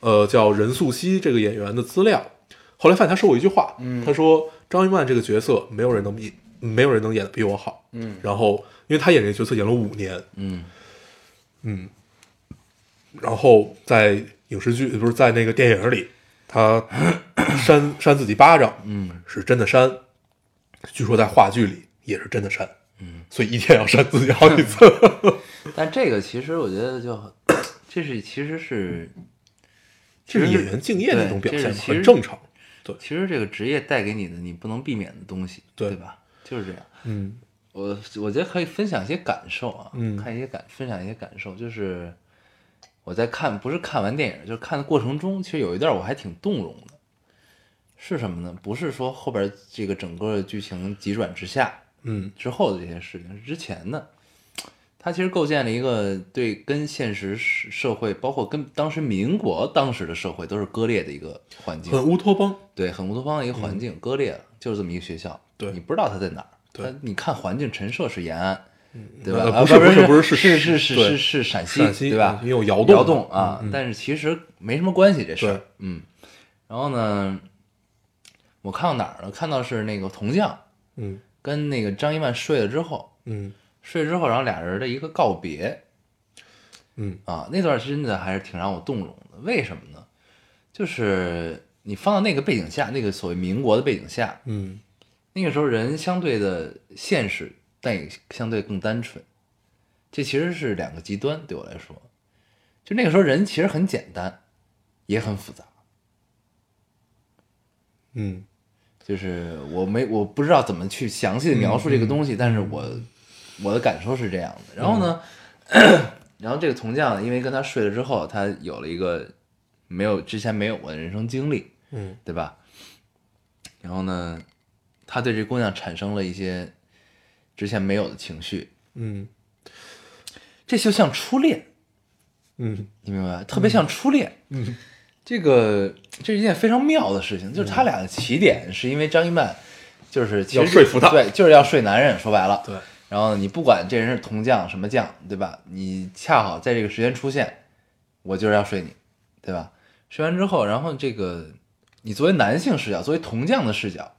A: 呃，叫任素汐这个演员的资料，后来发现他说过一句话，嗯，他说张一曼这个角色没有人能比，没有人能演的比我好，嗯，然后因为他演这个角色演了五年，
B: 嗯
A: 嗯，然后在影视剧不是在那个电影里， 他扇扇自己巴掌，嗯，是真的扇，据说在话剧里也是真的扇，嗯，所以一天要扇自己好几 次，
B: 但这个其实我觉得就很，这是其实是
A: 这是演员敬业的一种表现
B: 对这
A: 嘛，
B: 是其实
A: 很正常。
B: 其实这个职业带给你的你不能避免的东西，
A: 对
B: 对吧？就是这样。
A: 嗯
B: 我我觉得可以分享一些感受啊，
A: 嗯
B: 看一些感分享一些感受，就是我在看，不是看完电影，就是看的过程中，其实有一段我还挺动容的，是什么呢？不是说后边这个整个剧情急转直下
A: 嗯
B: 之后的这些事情，是之前的，它其实构建了一个对跟现实社社会，包括跟当时民国当时的社会都是割裂的一个环境，
A: 很乌托邦。
B: 对，很乌托邦的一个环境，割裂了，就是这么一个学校，
A: 嗯对
B: 你不知道它在哪儿，
A: 对
B: 它你看环境陈设是延安，对
A: 呃
B: 吧？
A: 不
B: 啊不
A: 是不是
B: 不
A: 不是
B: 是
A: 是
B: 是
A: 对
B: 是是陕西，
A: 陕西嗯
B: 对吧？
A: 因为有窑洞
B: 窑洞啊，但是其实没什么关系这事儿
A: 嗯对，
B: 嗯。然后呢，我看到哪儿了？看到是那个铜匠
A: 嗯
B: 跟那个张一曼睡了之后，
A: 嗯
B: 睡了之后，然后俩人的一个告别，
A: 嗯
B: 啊，那段真的还是挺让我动容的。为什么呢？就是你放到那个背景下，那个所谓民国的背景下，
A: 嗯，
B: 那个时候人相对的现实，但也相对更单纯。这其实是两个极端，对我来说，就那个时候人其实很简单，也很复杂。
A: 嗯，
B: 就是我没我不知道怎么去详细的描述这个东西，但是我我的感受是这样的。然后呢， 然后这个铜匠因为跟他睡了之后，他有了一个没有之前没有过的人生经历，
A: 嗯，
B: 对吧？然后呢，他对这姑娘产生了一些之前没有的情绪，
A: 嗯，
B: 这就像初恋，
A: 嗯，
B: 你明白吧？特别像初恋。嗯，这个这是一件非常妙的事情，就是他俩的起点是因为张一曼，就是其实
A: 要说服他
B: 对，就是要睡男人。说白了，
A: 对。
B: 然后你不管这人是铜匠什么匠，对吧？你恰好在这个时间出现，我就是要睡你，对吧？睡完之后，然后这个你作为男性视角，作为铜匠的视角，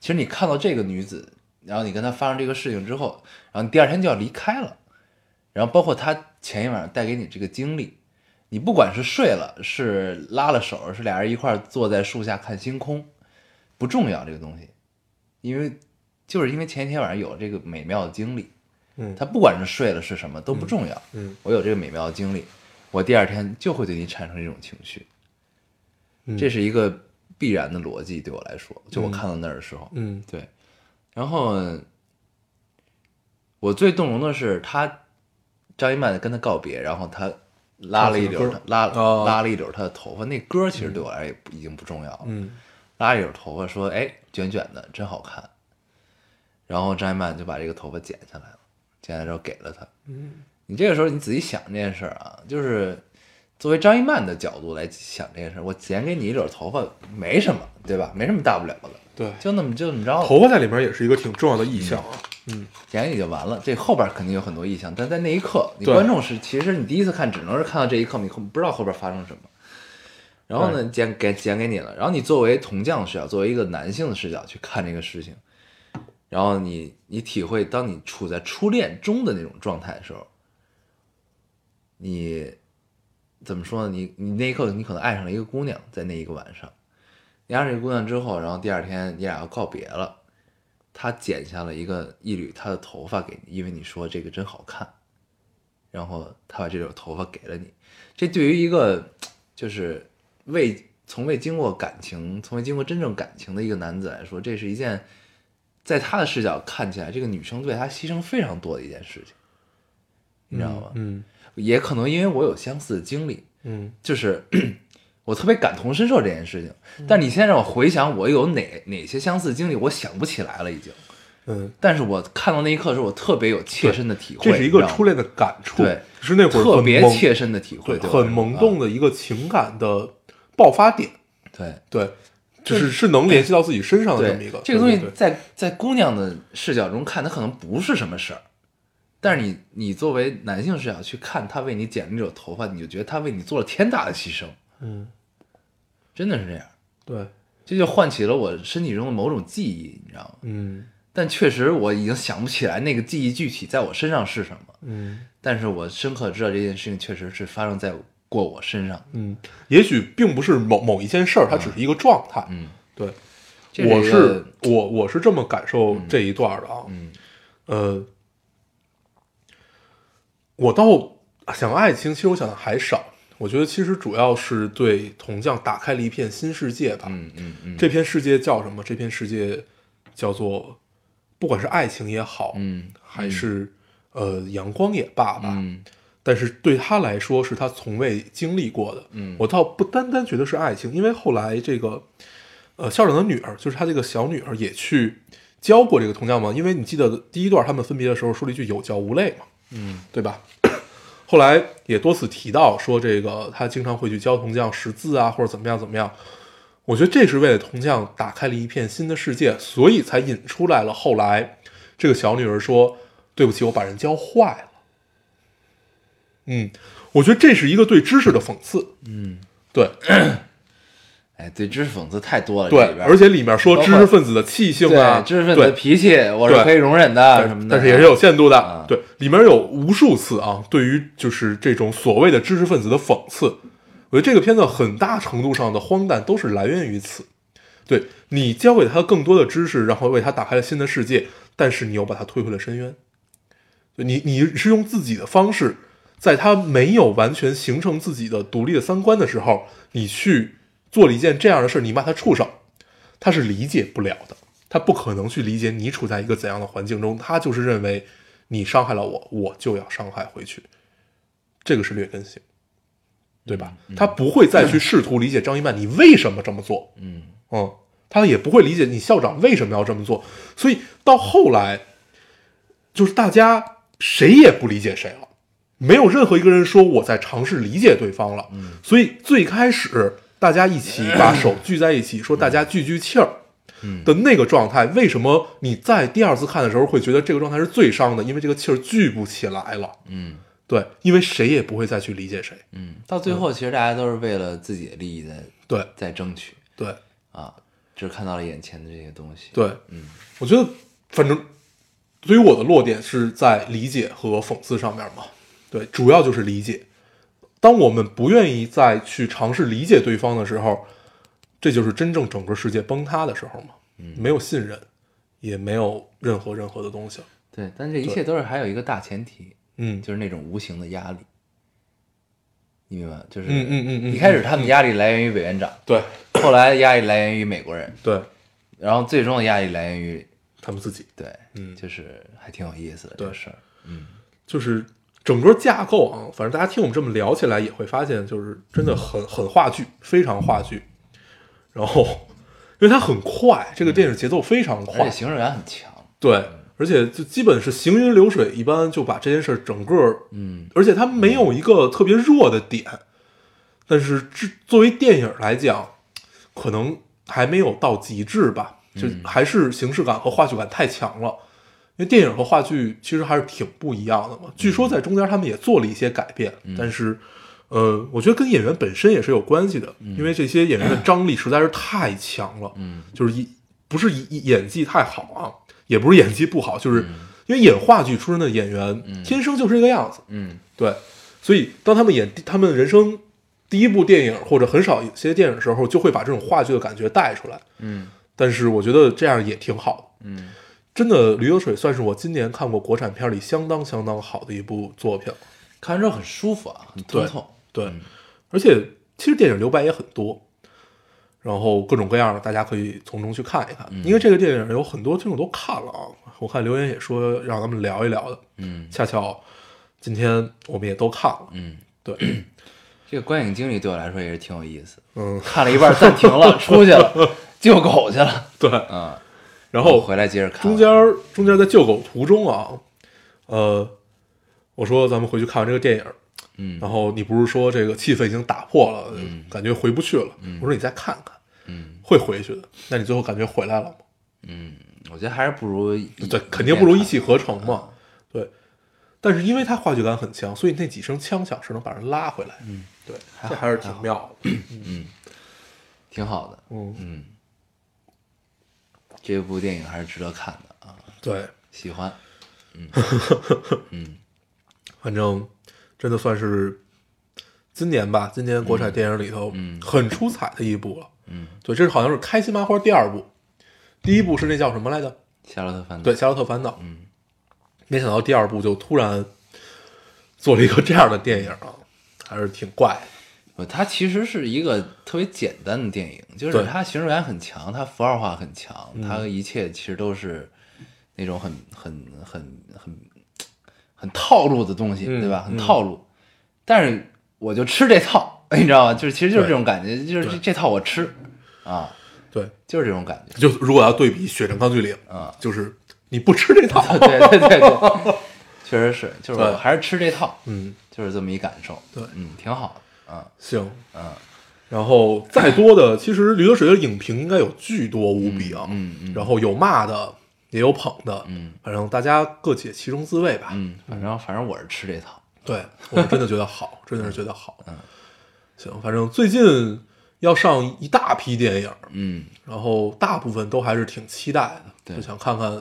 B: 其实你看到这个女子，然后你跟她发生这个事情之后，然后你第二天就要离开了，然后包括她前一晚上带给你这个经历，你不管是睡了，是拉了手，是俩人一块儿坐在树下看星空，不重要这个东西，因为就是因为前一天晚上有这个美妙的经历，
A: 嗯
B: 他不管是睡了是什么都不重要，
A: 嗯，
B: 我有这个美妙的经历，我第二天就会对你产生这种情绪，
A: 嗯
B: 这是一个必然的逻辑，对我来说，就我看到那儿的时候，
A: 嗯，
B: 对，然后我最动容的是他张一曼跟他告别，然后他拉了一
A: 唱
B: 绺
A: 什么歌
B: 拉
A: 哦
B: 拉了一绺他的头发，那歌其实对我来说也不已经不重要了，
A: 嗯，
B: 拉了一绺头发说：“哎，卷卷的，真好看。”然后张一曼就把这个头发剪下来了，剪下来之后给了他。嗯，你这个时候你仔细想这件事儿啊，就是作为张一曼的角度来想这件事儿，我剪给你一绺头发没什么，对吧？没什么大不了的，
A: 对，
B: 就那么就那么着了，
A: 头发在里面也是一个挺重要的意象啊。
B: 剪给你就完了。这后边肯定有很多意象，但在那一刻，你
A: 对
B: 观众是其实你第一次看只能是看到这一刻，你不知道后边发生什么。然后呢，剪给剪给你了，然后你作为铜匠的视角，作为一个男性的视角去看这个事情，然后你你体会，当你处在初恋中的那种状态的时候，你怎么说呢？你你那一刻你可能爱上了一个姑娘，在那一个晚上，你爱上这个姑娘之后，然后第二天你俩要告别了，她剪下了一个一缕她的头发给你，因为你说这个真好看，然后她把这绺头发给了你，这对于一个就是未从未经过感情、从未经过真正感情的一个男子来说，这是一件在他的视角看起来，这个女生对他牺牲非常多的一件事情，你知道吗？
A: 嗯
B: 也可能因为我有相似的经历，
A: 嗯
B: 就是 我特别感同身受这件事情。但你现在让我回想，我有哪哪些相似经历，我想不起来了已经。
A: 嗯，
B: 但是我看到那一刻的时候，我特别有切身的体会，
A: 这是一
B: 你
A: 个
B: 知道吗
A: 初恋的感触，
B: 对
A: 是那会儿
B: 特
A: 很
B: 别
A: 懵
B: 切身的体会，
A: 对，
B: 对我
A: 很
B: 来说啊
A: 萌动，的一个情感的爆发点，
B: 对。
A: 对，就是是能联系到自己身上的啊这么一个
B: 这个东西
A: 对对对
B: 在在姑娘的视角中看，它可能不是什么事儿，但是你你作为男性视角去看她为你剪那种头发，你就觉得她为你做了天大的牺牲，
A: 嗯，
B: 真的是这样，
A: 对，
B: 这就唤起了我身体中的某种记忆，你知道吗？
A: 嗯
B: 但确实我已经想不起来那个记忆具体在我身上是什么，
A: 嗯
B: 但是我深刻知道这件事情确实是发生在过我身上，
A: 嗯，也许并不是某某一件事儿，它只是一个状态，
B: 嗯，
A: 对，
B: 这
A: 我
B: 一
A: 是
B: 个
A: 我我是这么感受这一段的啊，
B: 嗯
A: 呃，我倒想爱情，其实我想的还少，我觉得其实主要是对铜匠打开了一片新世界吧，
B: 嗯嗯嗯
A: 这片世界叫什么？这片世界叫做，不管是爱情也好，
B: 嗯
A: 还是呃阳光也罢吧，
B: 嗯
A: 但是对他来说是他从未经历过的。
B: 嗯
A: 我倒不单单觉得是爱情，因为后来这个呃校长的女儿，就是他这个小女儿也去教过这个铜匠嘛，因为你记得第一段他们分别的时候说了一句“有教无类”嘛，嗯，对吧？后来也多次提到说，这个他经常会去教铜匠识字啊，或者怎么样怎么样。我觉得这是为了铜匠打开了一片新的世界，所以才引出来了后来这个小女儿说：“对不起，我把人教坏了。”嗯，我觉得这是一个对知识的讽刺。嗯，对
B: 哎，对，知识讽刺太多了，
A: 对
B: 这里，边
A: 而且里面说
B: 包括
A: 知识分子的气性啊，
B: 对，知识分子的
A: 对
B: 脾气我是
A: 对
B: 可以容忍的，
A: 对
B: 啊什么的，
A: 但是也是有限度的。
B: 啊
A: 对，里面有无数次啊，对于就是这种所谓的知识分子的讽刺，我觉得这个片子很大程度上的荒诞都是来源于此。对你教给他更多的知识，然后为他打开了新的世界，但是你又把他推回了深渊。就你你是用自己的方式，在他没有完全形成自己的独立的三观的时候，你去做了一件这样的事，你骂他畜生，他是理解不了的，他不可能去理解你处在一个怎样的环境中，他就是认为你伤害了我，我就要伤害回去，这个是劣根性，对吧？他不会再去试图理解张一曼你为什么这么做，
B: 嗯
A: 嗯，他也不会理解你校长为什么要这么做，所以到后来，就是大家谁也不理解谁了，没有任何一个人说我在尝试理解对方了。
B: 嗯
A: 所以最开始大家一起把手聚在一起，说大
B: 嗯
A: 家聚聚气儿。的那个状态，为什么你在第二次看的时候会觉得这个状态是最伤的？因为这个气儿聚不起来了。
B: 嗯
A: 对，因为谁也不会再去理解谁。
B: 嗯，到最后其实大家都是为了自己的利益在
A: 对
B: 在争取
A: 对
B: 啊，只看到了眼前的这些东西。，
A: 对，
B: 嗯
A: 我觉得反正对于我的落点是在理解和讽刺上面嘛，对，主要就是理解。当我们不愿意再去尝试理解对方的时候，这就是真正整个世界崩塌的时候嘛。嗯，没有信任，也没有任何任何的东西了。
B: 对，但这一切都是还有一个大前提，
A: 嗯，
B: 就是那种无形的压力。你明白吗？就是
A: 嗯嗯嗯嗯
B: 一开始他们压力来源于委员长，
A: 对
B: 后来压力来源于美国人，
A: 对，
B: 然后最终的压力来源于
A: 他们自己
B: 对，
A: 嗯
B: 就是还挺有意思的
A: 对
B: 这个事儿。
A: 就是整个架构啊，反正大家听我们这么聊起来，也会发现就是真的很很话剧，非常话剧。然后，因为它很快，这个电影节奏非常
B: 而且
A: 快，
B: 形式感很强。
A: 对，而且就基本是行云流水一般就把这件事儿整个，
B: 嗯，
A: 而且它没有一个特别弱的点，但是这作为电影来讲，可能还没有到极致吧，就还是形式感和话剧感太强了。因为电影和话剧其实还是挺不一样的嘛。据说在中间他们也做了一些改变，但是，呃，我觉得跟演员本身也是有关系的，因为这些演员的张力实在是太强了。
B: 嗯，
A: 就是一不是一一演技太好啊，也不是演技不好，就是因为演话剧出身的演员、天生就是这个样子。
B: 嗯
A: 对，所以当他们演他们人生第一部电影或者很少一些电影的时候，就会把这种话剧的感觉带出来。
B: 嗯
A: 但是我觉得这样也挺好的。
B: 嗯，
A: 真的，《驴得水》算是我今年看过国产片里相当相当好的一部作品了。
B: 看完之后很舒服啊，很通透。
A: 对，而且其实电影留白也很多，然后各种各样的，大家可以从中去看一看。因为这个电影有很多听众都看了啊，我看留言也说让咱们聊一聊的，
B: 嗯
A: 恰巧今天我们也都看了。
B: 嗯，
A: 对，
B: 这个观影经历对我来说也是挺有意思。
A: 嗯，
B: 看了一半暂停了，出去 了，救狗去了。
A: 对，
B: 嗯，
A: 然后
B: 回来接着看。
A: 中间儿中间儿在救狗途中啊，呃，我说咱们回去看完这个电影，
B: 嗯
A: 然后你不是说这个气氛已经打破了，感觉回不去了，我说你再看看，
B: 嗯，
A: 会回去的。那你最后感觉回来了吗？
B: 我觉得还是不如一
A: 对，嗯肯定不如一
B: 边
A: 气呵成嘛。对，但是因为他话剧感很强，所以那几声枪响是能把人拉回来。嗯，对，这还是挺妙的。
B: 看挺好的。
A: 嗯，
B: 嗯，这部电影还是值得看的啊，
A: 对，
B: 喜欢。
A: 反正真的算是今年吧，今年国产电影里头很出彩的一部了。
B: 嗯，
A: 对，这是好像是开心麻花第二部，第一部是那叫什么来着？
B: 夏洛特烦恼。
A: 对，《夏洛特烦恼》。嗯，没想到第二部就突然做了一个这样的电影啊，还是挺怪的。
B: 不，它其实是一个特别简单的电影，就是
A: 对嗯
B: 它形式感很强，它符号化很强，它一切其实都是那种很很很很很套路的东西，
A: 嗯
B: 对吧？很
A: 嗯
B: 套路，但是我就吃这套， 你知道吗？就是其实就是这
A: 对
B: 种感觉，就是这
A: 对
B: 这套我吃啊，
A: 对，
B: 就是这种感 觉。
A: 就如果要对比《血战钢锯岭》
B: 啊
A: 就是你不吃 这套，
B: 对对对对，确实是，就是我
A: 对
B: 还是吃这套，
A: 嗯，
B: 就是这么一感受。
A: 对
B: 嗯，挺好的啊。
A: 行，
B: 嗯，
A: 然后再多的，其实《驴得水》的影评应该有巨多无比啊，
B: 嗯嗯嗯
A: 然后有骂的，也有捧的，
B: 嗯，
A: 反正大家各解其中滋味吧，
B: 嗯，反正反正我是吃这套。
A: 对我是真的觉得好， 真的是觉得好，嗯，行，反正最近要上一大批电影，
B: 嗯，
A: 然后大部分都还是挺期待的，
B: 对
A: 就想看看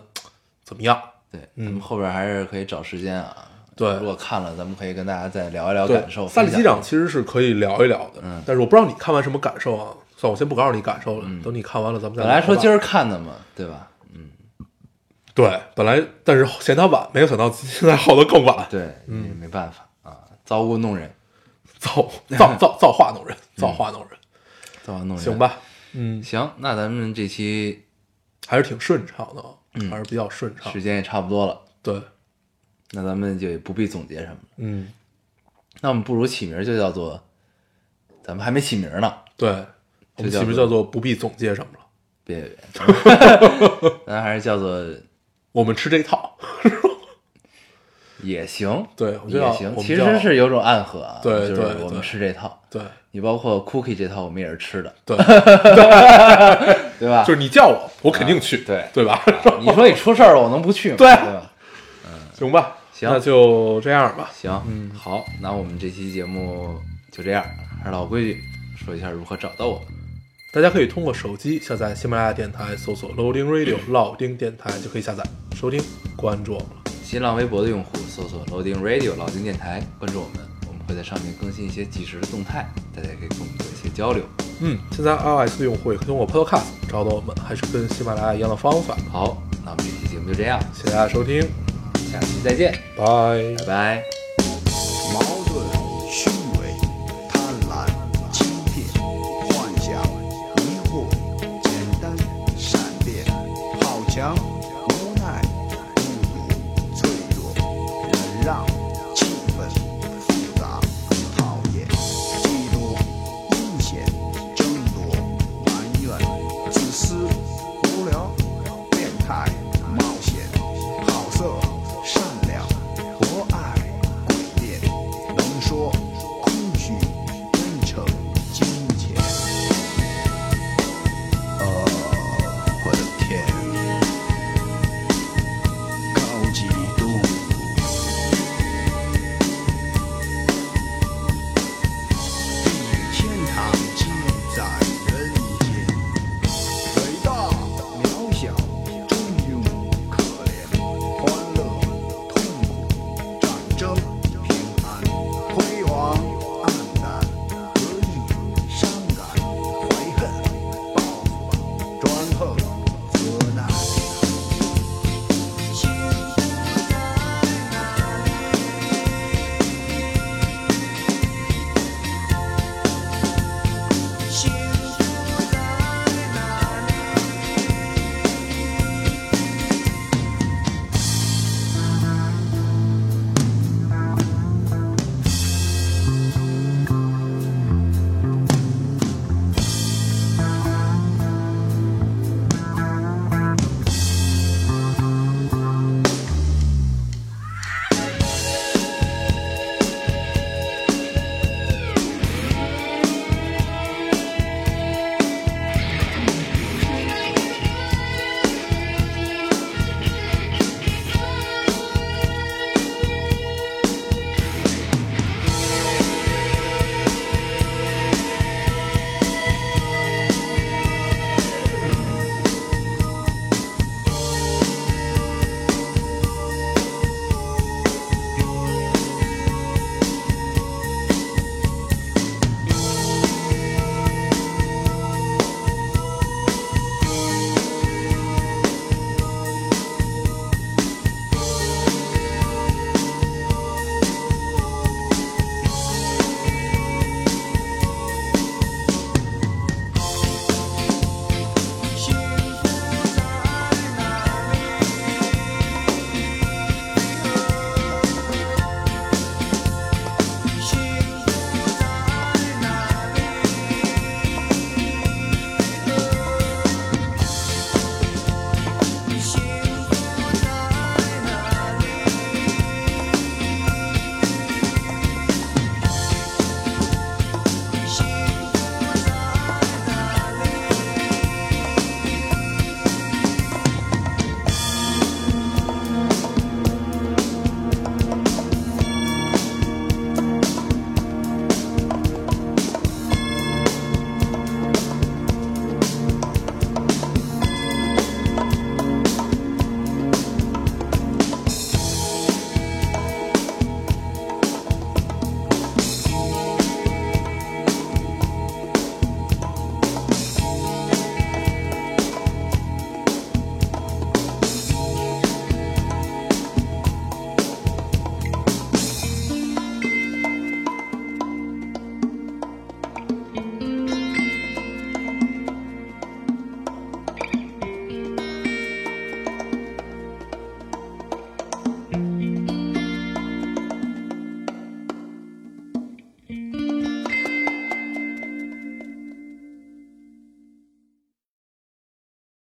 A: 怎么样，
B: 对，咱
A: 嗯
B: 们后边还是可以找时间啊，
A: 对
B: 如果看了，咱们可以跟大家再聊一聊
A: 对，
B: 感受。
A: 萨利
B: 分享
A: 机长其实是可以聊一聊的，
B: 嗯
A: 但是我不知道你看完什么感受啊。算了，我先不告诉你感受了，等你看完了咱们再
B: 本
A: 聊吧。
B: 来说今儿看的嘛，对吧？
A: 对，本来但是嫌它晚，没有想到现在耗得更 晚，
B: 对，嗯，没办法啊，造物弄人，
A: 造造造造化弄人，
B: 嗯
A: 造化弄人，
B: 造物弄人，
A: 行？吧？嗯，
B: 行，那咱们这期
A: 还是挺顺畅的啊，
B: 嗯
A: 还是比较顺畅
B: 时。间也差不多了，
A: 对，
B: 那咱们就也不必总结什么了。
A: 嗯，
B: 那我们不如起名就叫做，咱们还没起名呢，
A: 对，我
B: 这
A: 们
B: 叫
A: 岂不是
B: 做
A: 叫做不必总结什么了？
B: 别别别， 咱还是叫做
A: 我们吃这套，
B: 也行，
A: 对我们就
B: 也
A: 要
B: 行，
A: 我们
B: 其
A: 就
B: 实
A: 要
B: 是有种暗合啊，
A: 对
B: 就
A: 对
B: 是我
A: 对
B: 们吃这套，
A: 对
B: 你包括 cookie 这套我们也是吃的，
A: 对，
B: 对吧？
A: 就是你叫我，我肯定去，
B: 啊对
A: 对吧？
B: 你说你出事儿了，我能不去吗？
A: 对啊
B: 吧？
A: 行吧，
B: 行
A: 那就这样吧。
B: 行，嗯，好，那我们这期节目就这样，还是老规矩，说一下如何找到我们。
A: 大家可以通过手机下载喜马拉雅电台，搜索 Loading Radio 老丁电台就可以下载收听关注我们了。
B: 新浪微博的用户搜索 Loading Radio 老丁电台，关注我们，我们会在上面更新一些及时的动态，大家也可以跟我们做一些交流。
A: 嗯，现在 iOS 的用户也可以通过 Podcast 找到我们，还是跟喜马拉雅一样的方法。
B: 好，那我们这期节目就这样，
A: 谢谢大家收听，
B: 下期再见，
A: 拜
B: 拜。拜。
C: 矛盾、虚伪、贪婪、欺骗、幻想、迷惑、简单、善变、好强、呃